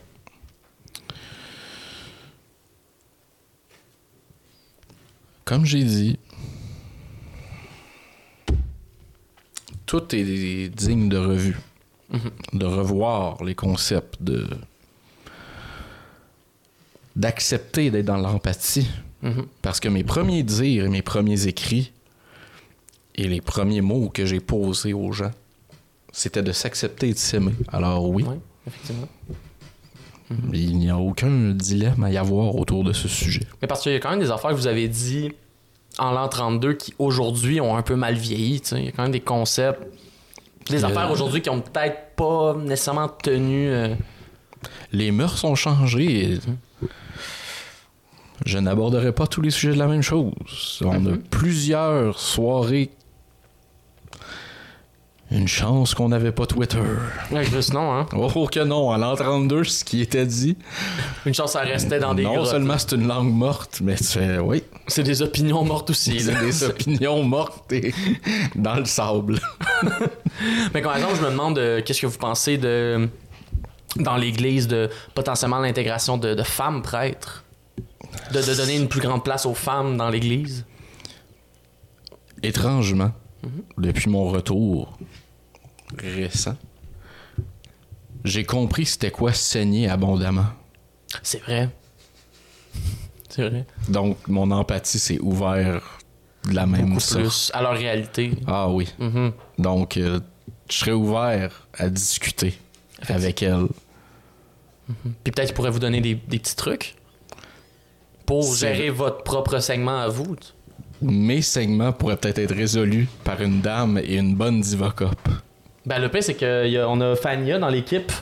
Comme j'ai dit, tout est digne de revue. De revoir les concepts, de d'accepter d'être dans l'empathie. Mhm. Parce que mes premiers dires et mes premiers écrits et les premiers mots que j'ai posés aux gens, c'était de s'accepter et de s'aimer. Alors oui, Ouais, effectivement. Il n'y a aucun dilemme à y avoir autour de ce sujet. Mais parce qu'il y a quand même des affaires que vous avez dit en l'an 32 qui aujourd'hui ont un peu mal vieilli. tu sais. Il y a quand même des concepts, des Euh. affaires aujourd'hui qui ont peut-être pas nécessairement tenu. euh, Les mœurs ont changé. et- Je n'aborderai pas tous les sujets de la même chose. On a Mhm. plusieurs soirées. Une chance qu'on n'avait pas Twitter. ouais, Chris, non, hein? Oh que non, à l'an 32, ce qui était dit. Une chance, ça restait dans des non grottes. seulement c'est une langue morte, mais tu fais, oui, C'est des opinions mortes aussi. c'est là. des opinions mortes et dans le sable. Mais par exemple, je me demande euh, qu'est-ce que vous pensez de dans l'Église de potentiellement l'intégration de, de femmes prêtres, de, de donner une plus grande place aux femmes dans l'Église. Étrangement, depuis mon retour récent, j'ai compris c'était quoi saigner abondamment. C'est vrai. C'est vrai. Donc, mon empathie s'est ouverte de la même Beaucoup plus source. à leur réalité. Ah oui. Mhm. Donc, euh, je serais ouvert à discuter avec elle. Puis peut-être qu'ils pourraient vous donner des, des petits trucs pour C'est gérer votre propre segment à vous. tu- Mes segments pourraient peut-être être résolus par une dame et une bonne divocop. Ben, le pire, c'est qu'on a, Fania dans l'équipe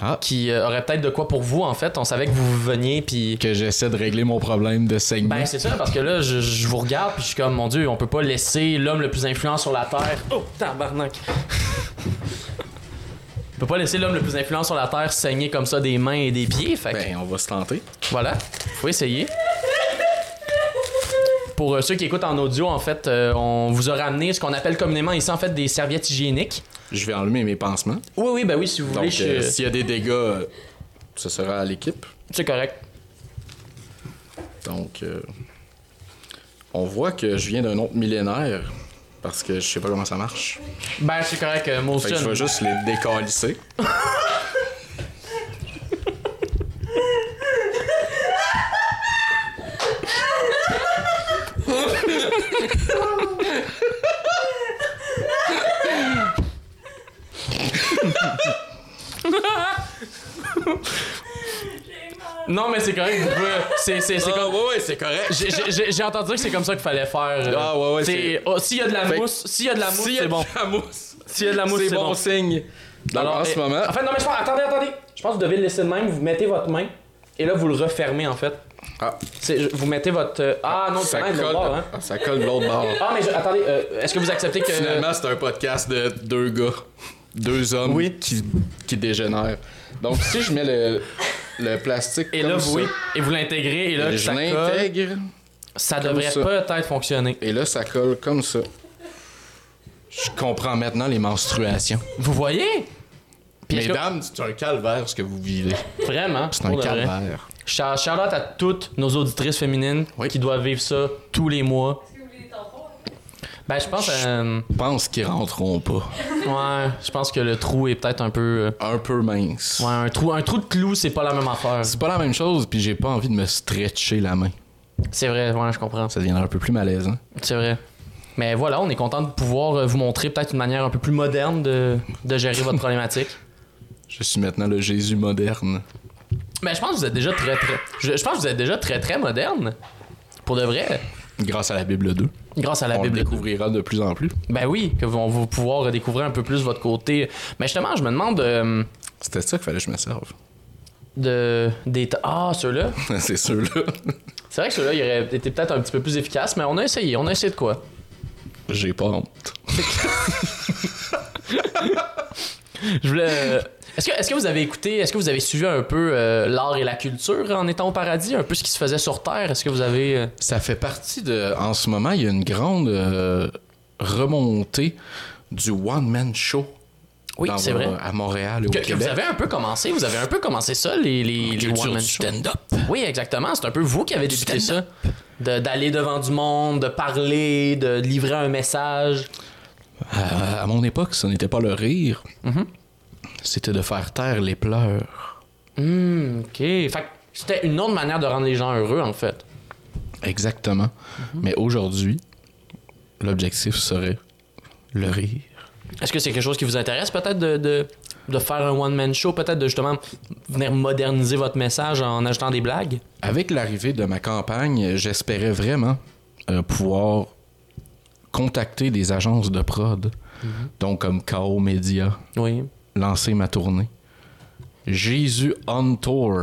Ah. qui euh, aurait peut-être de quoi pour vous, en fait. On savait que vous veniez, puis... Que j'essaie de régler mon problème de segment. Ben c'est ça parce que là je, je vous regarde puis je suis comme mon dieu on peut pas laisser l'homme le plus influent sur la terre. Oh tabarnak. on peut pas laisser l'homme le plus influent sur la terre saigner comme ça des mains et des pieds fait que Ben, on va se tenter. voilà, faut essayer. Pour euh, ceux qui écoutent en audio en fait euh, on vous a ramené ce qu'on appelle communément ici en fait des serviettes hygiéniques. Je vais enlever mes pansements. Oui oui ben oui si vous voulez Donc, je- euh, s'il y a des dégâts, euh, ce sera à l'équipe. c'est correct. Donc, euh, on voit que je viens d'un autre millénaire parce que je sais pas comment ça marche. Ben c'est correct euh, Fait que je motion. vais juste les décalisser. Non mais c'est correct vous pouvez- c'est c'est c'est comme- ouais, ouais, c'est correct. J'ai- j'ai- J'ai j'ai entendu dire que c'est comme ça qu'il fallait faire. euh, Ah, ouais, ouais, c'est- c'est- oh, S'il y a de la Fait que- mousse, s'il y a de la mousse, S'il y a c'est de bon. la mousse, S'il y a de la mousse, c'est bon, signe. Alors, en eh, ce moment, En fait, non, mais je pense. Attendez, attendez. Je pense que vous devez le laisser de même. Vous mettez votre main et là, vous le refermez en fait. ah, C'est- je- Vous mettez votre. euh, Ah non, c'est ça, même colle, de bord, hein. ah, ça colle de l'autre bord. Ah, mais je- attendez, euh, est-ce que vous acceptez que. Finalement, c'est un podcast de deux gars, deux hommes qui, qui dégénèrent. Donc, si je mets le, le plastique Et comme là, ça, vous, oui, et vous l'intégrez, et là, et que je ça colle, l'intègre, ça comme devrait ça. peut-être fonctionner. et là, ça colle comme ça. Je comprends maintenant les menstruations. Vous voyez? Puis est-ce que- Mesdames, c'est un calvaire ce que vous vivez. Vraiment, C'est un pour de vrai. calvaire. Shout shout out à toutes nos auditrices féminines Oui. qui doivent vivre ça tous les mois. Est-ce que vous voulez des tampons? Ben, je pense. euh, Je pense qu'ils rentreront pas. Ouais, je pense que le trou est peut-être un peu. Un peu mince. euh, Ouais, un trou, un trou de clou, c'est pas la même affaire. C'est pas la même chose, puis j'ai pas envie de me stretcher la main. C'est vrai, ouais, je comprends. Ça devient un peu plus malaisant. C'est vrai. Mais voilà, on est content de pouvoir euh, vous montrer peut-être une manière un peu plus moderne de, de gérer votre problématique. Je suis maintenant le Jésus moderne. Mais Ben, je pense que vous êtes déjà très très. Je, je pense que vous êtes déjà très très moderne. Pour de vrai. Grâce à la Bible 2. Grâce à la On Bible. le découvrira de plus en plus. Ben oui, que vous- on va pouvoir découvrir un peu plus votre côté. Mais justement, je me demande euh, C'était ça qu'il fallait que je me serve. de des ta- ah ceux-là. C'est sûr, là. C'est vrai que ceux-là, ils auraient été peut-être un petit peu plus efficaces, mais on a essayé. On a essayé de quoi J'ai pas honte. Je voulais. euh, Est-ce que, est-ce que vous avez écouté, est-ce que vous avez suivi un peu euh, l'art et la culture en étant au paradis, un peu ce qui se faisait sur Terre Est-ce que vous avez. euh, Ça fait partie de. En ce moment, il y a une grande euh, remontée du one-man show. Oui, dans- c'est vrai. À Montréal et au Que, que Québec. vous avez un peu commencé, vous avez un peu commencé ça, les, les, les Culture one-man du shows. stand-up. Oui, exactement. C'est un peu vous qui avez débuté ça. De- D'aller devant du monde, de parler, de livrer un message. À, à mon époque, ce n'était pas le rire. Mm-hmm. C'était de faire taire les pleurs. Hum, ok. Fait que c'était une autre manière de rendre les gens heureux, en fait. Exactement. Mm-hmm. Mais aujourd'hui, l'objectif serait le rire. Est-ce que c'est quelque chose qui vous intéresse, peut-être, de, de- de faire un one-man show, peut-être de justement venir moderniser votre message en ajoutant des blagues. Avec l'arrivée de ma campagne, j'espérais vraiment euh, pouvoir contacter des agences de prod, Mhm. donc comme KO Media, Oui. lancer ma tournée. Jésus on tour.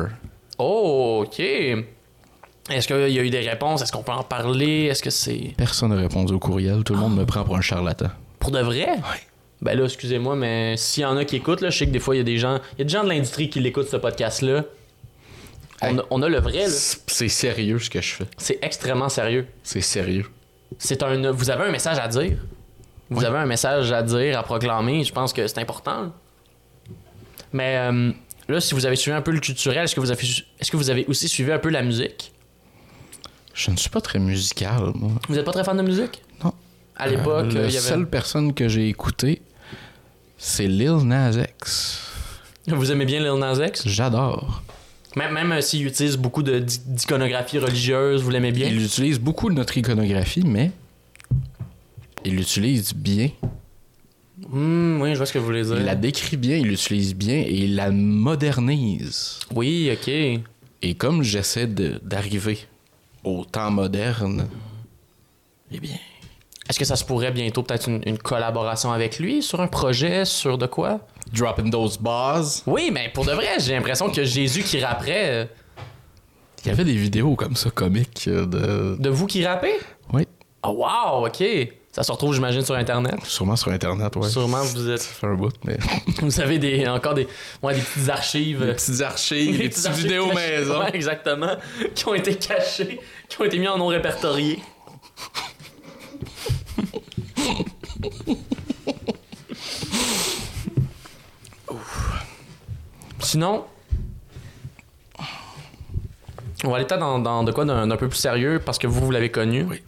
Oh, OK. Est-ce qu'il y a eu des réponses? Est-ce qu'on peut en parler? Est-ce que c'est Personne n'a répondu au courriel, tout le monde me prend pour un charlatan. pour de vrai? Ben là, excusez-moi, mais s'il y en a qui écoutent, là, je sais que des fois, il y a des gens, il y a des gens de l'industrie qui l'écoutent, ce podcast-là. On, Hey. a, on a le vrai, là. C'est sérieux ce que je fais. C'est extrêmement sérieux. C'est sérieux. C'est un, vous avez un message à dire. Vous avez un message à dire, à proclamer. Je pense que c'est important. là. Mais euh, là, si vous avez suivi un peu le culturel, est-ce que, vous avez, est-ce que vous avez aussi suivi un peu la musique? Je ne suis pas très musical, moi. Vous n'êtes pas très fan de musique? Non. À l'époque, Euh, euh, il y la avait... seule personne que j'ai écoutée, c'est Lil Nas X. Vous aimez bien Lil Nas X? J'adore. Même, même euh, s'il utilise beaucoup de, d'i- d'iconographie religieuse, vous l'aimez bien? Il utilise beaucoup de notre iconographie, mais il l'utilise bien. Hmm, oui, je vois ce que vous voulez dire. Il la décrit bien, il l'utilise bien et il la modernise. Oui, ok. Et comme j'essaie de- d'arriver au temps moderne, eh bien, Est-ce que ça se pourrait bientôt peut-être une, une collaboration avec lui sur un projet, sur de quoi? dropping those bars. Oui, mais pour de vrai, j'ai l'impression que Jésus qui rapperait... euh, Il y avait des vidéos comme ça comiques euh, de. De vous qui rappez? Oui, Oh wow, ok. Ça se retrouve, j'imagine, sur Internet. sûrement sur Internet, ouais. Sûrement, vous Ça êtes, fait un bout, mais. vous avez des, encore des, ouais, des petites archives. Des petites archives, des petites archives vidéos cachées. maison. Ouais, exactement. Qui ont été cachées, qui ont été mis en non répertorié. Ouf. Sinon, on va aller peut-être dans, dans de quoi d'un d'un peu plus sérieux parce que vous, vous l'avez connu. Oui.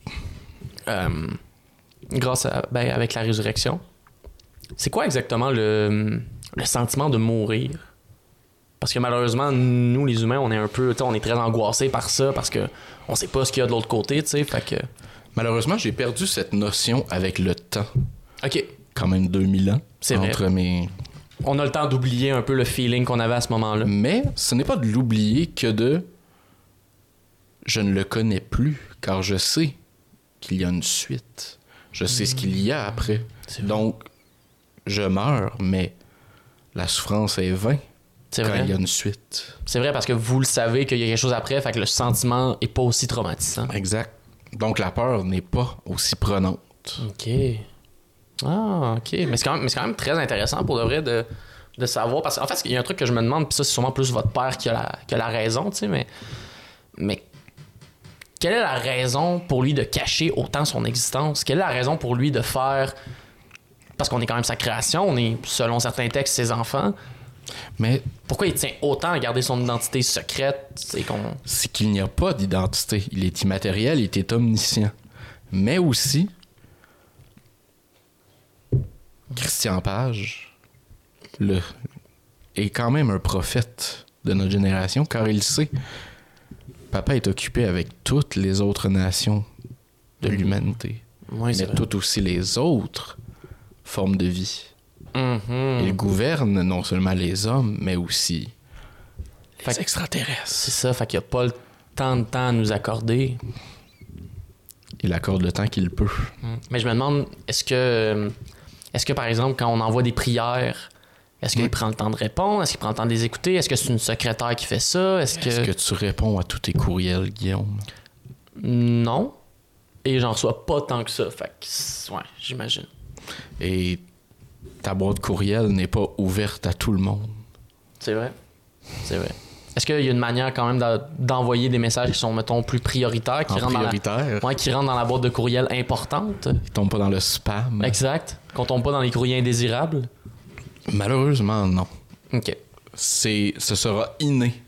Euh, grâce à. Ben, avec la résurrection. C'est quoi exactement le, le sentiment de mourir? Parce que malheureusement, nous, les humains, on est un peu. tu sais, On est très angoissés par ça parce que on sait pas ce qu'il y a de l'autre côté, tu sais. Fait que. Malheureusement, j'ai perdu cette notion avec le temps. OK. Quand même 2000 ans. C'est vrai. entre mes. On a le temps d'oublier un peu le feeling qu'on avait à ce moment-là. Mais ce n'est pas de l'oublier que de. Je ne le connais plus, car je sais qu'il y a une suite. Je sais ce qu'il y a après. Mm, C'est vrai. Donc, je meurs, mais la souffrance est vain C'est quand vrai. il y a une suite. C'est vrai parce que vous le savez qu'il y a quelque chose après, fait que le sentiment est pas aussi traumatisant. Exact. Donc, la peur n'est pas aussi prenante. OK. Ah, OK. Mais c'est quand, même- mais c'est quand même très intéressant pour de vrai de, de savoir. Parce qu'en fait, il y a un truc que je me demande, puis ça, c'est sûrement plus votre père qui a la, qui a la raison, tu sais, mais, mais quelle est la raison pour lui de cacher autant son existence? Quelle est la raison pour lui de faire. Parce qu'on est quand même sa création, on est, selon certains textes, ses enfants. Mais Pourquoi il tient autant à garder son identité secrète? C'est qu'on. c'est qu'il n'y a pas d'identité. Il est immatériel, il est omniscient. Mais aussi, Christian Page le, est quand même un prophète de notre génération, car il sait, papa est occupé avec toutes les autres nations de l'humanité, Mm-hmm. Oui, mais toutes aussi les autres formes de vie. Il Mhm. gouverne non seulement les hommes, mais aussi Fait les que- extraterrestres. C'est ça, fait qu'il n'y a pas le- tant de temps à nous accorder. Il accorde le temps qu'il peut. Mais je me demande, est-ce que, euh, est-ce que par exemple, quand on envoie des prières, est-ce qu'il Oui. prend le temps de répondre? Est-ce qu'il prend le temps de les écouter? Est-ce que c'est une secrétaire qui fait ça? Est-ce que... Est-ce que tu réponds à tous tes courriels, Guillaume? Non. Et j'en reçois pas tant que ça. Fait que, c'est- ouais, j'imagine. Et ta boîte courriel n'est pas ouverte à tout le monde. C'est vrai. C'est vrai. Est-ce qu'il y a une manière quand même d'a- d'envoyer des messages qui sont, mettons, plus prioritaires, qui, En rentrent, prioritaire, Dans la... ouais, qui rentrent dans la boîte de courriel importante? il tombe pas dans le spam. Exact. Qu'on tombe pas dans les courriers indésirables? Malheureusement, non. OK. C'est, ce sera inné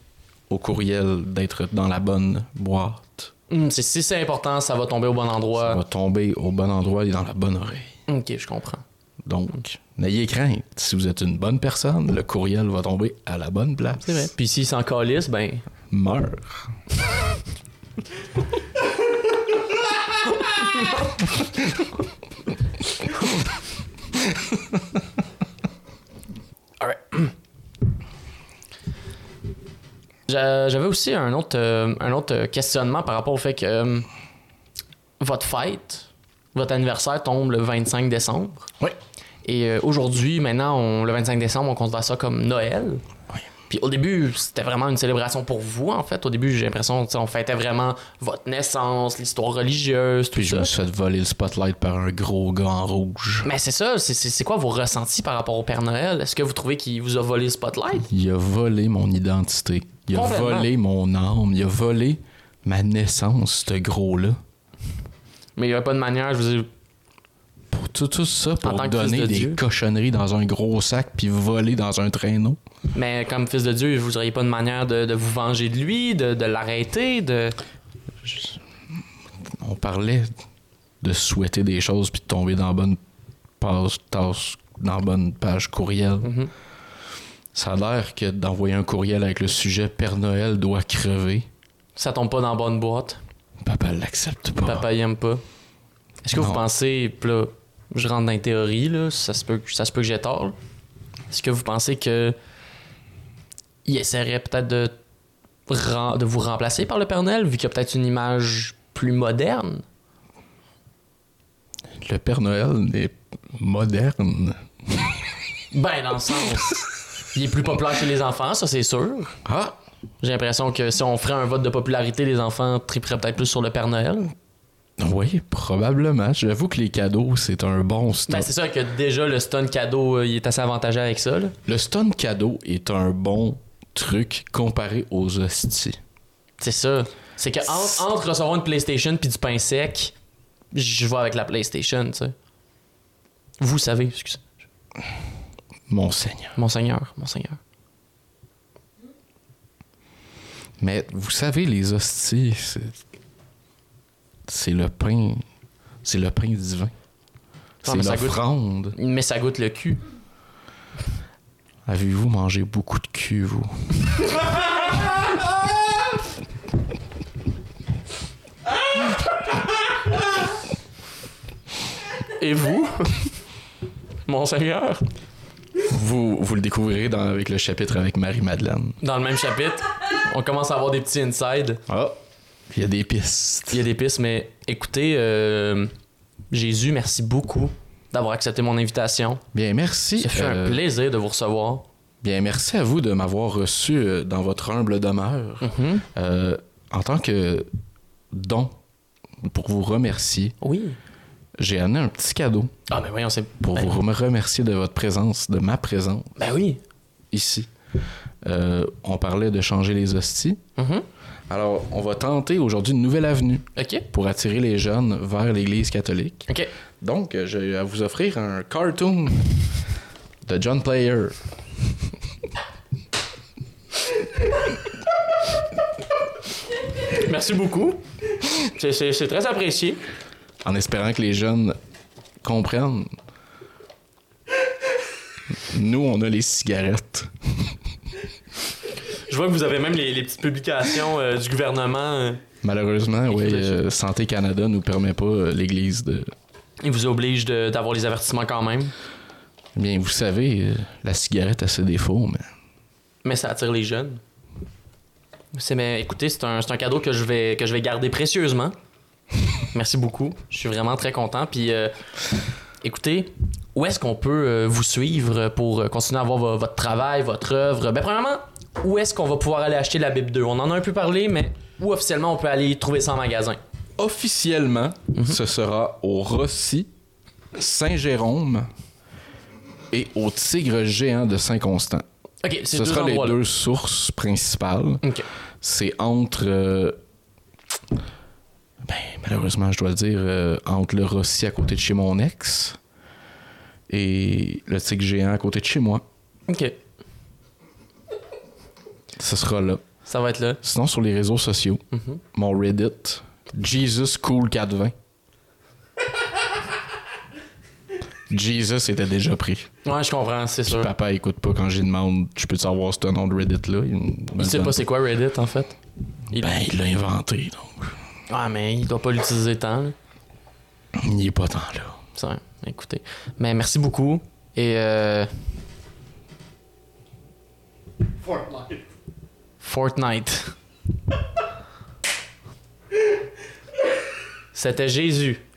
au courriel d'être dans la bonne boîte. Hum, c'est- si c'est important, ça va tomber au bon Ça endroit. va tomber au bon endroit et dans la bonne oreille. OK, je comprends. Donc, n'ayez crainte. Si vous êtes une bonne personne, le courriel va tomber à la bonne place. C'est vrai. Puis s'il s'en calisse, ben. Meurs. Alright. J'a- J'avais aussi un autre, euh, un autre questionnement par rapport au fait que euh, votre fête, votre anniversaire tombe le 25 décembre. Oui. Et euh, aujourd'hui, maintenant, on- le 25 décembre, on considère ça comme Noël. Oui. Puis au début, c'était vraiment une célébration pour vous, en fait. Au début, j'ai l'impression qu'on fêtait vraiment votre naissance, l'histoire religieuse, tout Puis je ça. me suis fait voler le spotlight par un gros gars en rouge. Mais c'est ça, c'est- c'est c'est quoi vos ressentis par rapport au Père Noël? Est-ce que vous trouvez qu'il vous a volé le spotlight? Il a volé mon identité. Il a Complètement. volé mon âme. Il a volé ma naissance, ce gros-là. Mais il n'y avait pas de manière, je vous ai... Pour tout, tout ça, tant pour que donner fils de des Dieu. cochonneries dans un gros sac puis voler dans un traîneau. Mais comme fils de Dieu, vous n'auriez pas de manière de, de vous venger de lui, de, de l'arrêter, de... On parlait de souhaiter des choses puis de tomber dans la bonne page, tasse- dans la bonne page courriel. Mhm. Ça a l'air que d'envoyer un courriel avec le sujet Père Noël doit crever. Ça tombe pas dans la bonne boîte. Papa l'accepte pas. Papa il aime pas. Est-ce que Bah. Non. vous pensez, pis là, je rentre dans les théories, là, ça se peut, que- ça se peut que j'ai tort. là. Est-ce que vous pensez que il essaierait peut-être de, ren- de vous remplacer par le Père Noël, vu qu'il y a peut-être une image plus moderne? Le Père Noël est moderne. Ben, dans le sens. Il est plus populaire chez les enfants, ça c'est sûr. Ah! J'ai l'impression que si on ferait un vote de popularité, les enfants triperaient peut-être plus sur le Père Noël. Oui, probablement. J'avoue que les cadeaux, c'est un bon stunt. Ben, c'est sûr que déjà le stun cadeau, euh, il est assez avantageux avec ça. là. Le stun cadeau est un bon truc comparé aux hosties. C'est ça. C'est que en- entre recevoir une PlayStation puis du pain sec, je vais avec la PlayStation, tu sais. Vous savez, excusez. Mon Seigneur. Monseigneur, monseigneur. Mais vous savez, les hosties, c'est. C'est le pain. C'est le pain divin. C'est mais ça goûte- l'offrande. Mais ça goûte le cul. Avez-vous mangé beaucoup de cul, vous? Et vous Monseigneur vous? Vous le découvrirez dans- avec le chapitre avec Marie-Madeleine. Dans le même chapitre, on commence à avoir des petits insides. Ah! Il y a des pistes. Il y a des pistes, mais écoutez, euh, Jésus, merci beaucoup d'avoir accepté mon invitation. Bien, merci. Ça fait Euh, un plaisir de vous recevoir. Bien, merci à vous de m'avoir reçu euh, dans votre humble demeure. Euh, en tant que don, pour vous remercier, Oui. j'ai amené un petit cadeau Ah, ben voyons, c'est. pour ben, vous rem- remercier de votre présence, de ma présence Ben oui. ici. Euh, on parlait de changer les hosties. Mhm. Alors, on va tenter aujourd'hui une nouvelle avenue Ok. pour attirer les jeunes vers l'Église catholique. Ok. Donc, euh, j'ai à vous offrir un cartoon de John Player. Merci beaucoup. C'est- C'est c'est très apprécié. en espérant que les jeunes comprennent. Nous, on a les cigarettes. Je vois que vous avez même les, les petites publications euh, du gouvernement. euh, Malheureusement, oui, Écoute, euh, Santé Canada nous permet pas euh, l'église de. ils vous obligent de- d'avoir les avertissements quand même. Bien, vous savez, euh, la cigarette a ses défauts, mais Mais ça attire les jeunes. C'est mais écoutez, c'est un, c'est un cadeau que je vais que je vais garder précieusement. Merci beaucoup. Je suis vraiment très content. Puis euh, écoutez, où est-ce qu'on peut euh, vous suivre pour euh, continuer à avoir vo- votre travail, votre œuvre Ben premièrement, où est-ce qu'on va pouvoir aller acheter la Bible 2 On en a un peu parlé, mais où officiellement on peut aller trouver ça en magasin officiellement, ce sera au Rossi, Saint-Jérôme et au Tigre Géant de Saint-Constant. Ok, c'est Ce deux sera les endroits. deux sources principales. Ok. C'est entre. euh, ben, malheureusement, je dois le dire, euh, entre le Rossi à côté de chez mon ex et le Tigre Géant à côté de chez moi. Ok, Ce sera là. ça va être là. Sinon, sur les réseaux sociaux, Mhm. mon Reddit, Jesus Cool 420. Jesus était déjà pris. Ouais, je comprends, c'est sûr. Papa écoute pas quand j'y demande, tu peux savoir ce nom de Reddit là. Il, me Il le sait donne pas c'est quoi Reddit en fait. Il- Ben, il l'a inventé, donc. Ah mais il doit pas l'utiliser tant. là. Il n'y est pas tant là. C'est vrai, écoutez. Mais merci beaucoup. Et euh, Fortnite. Fortnite. C'était Jésus.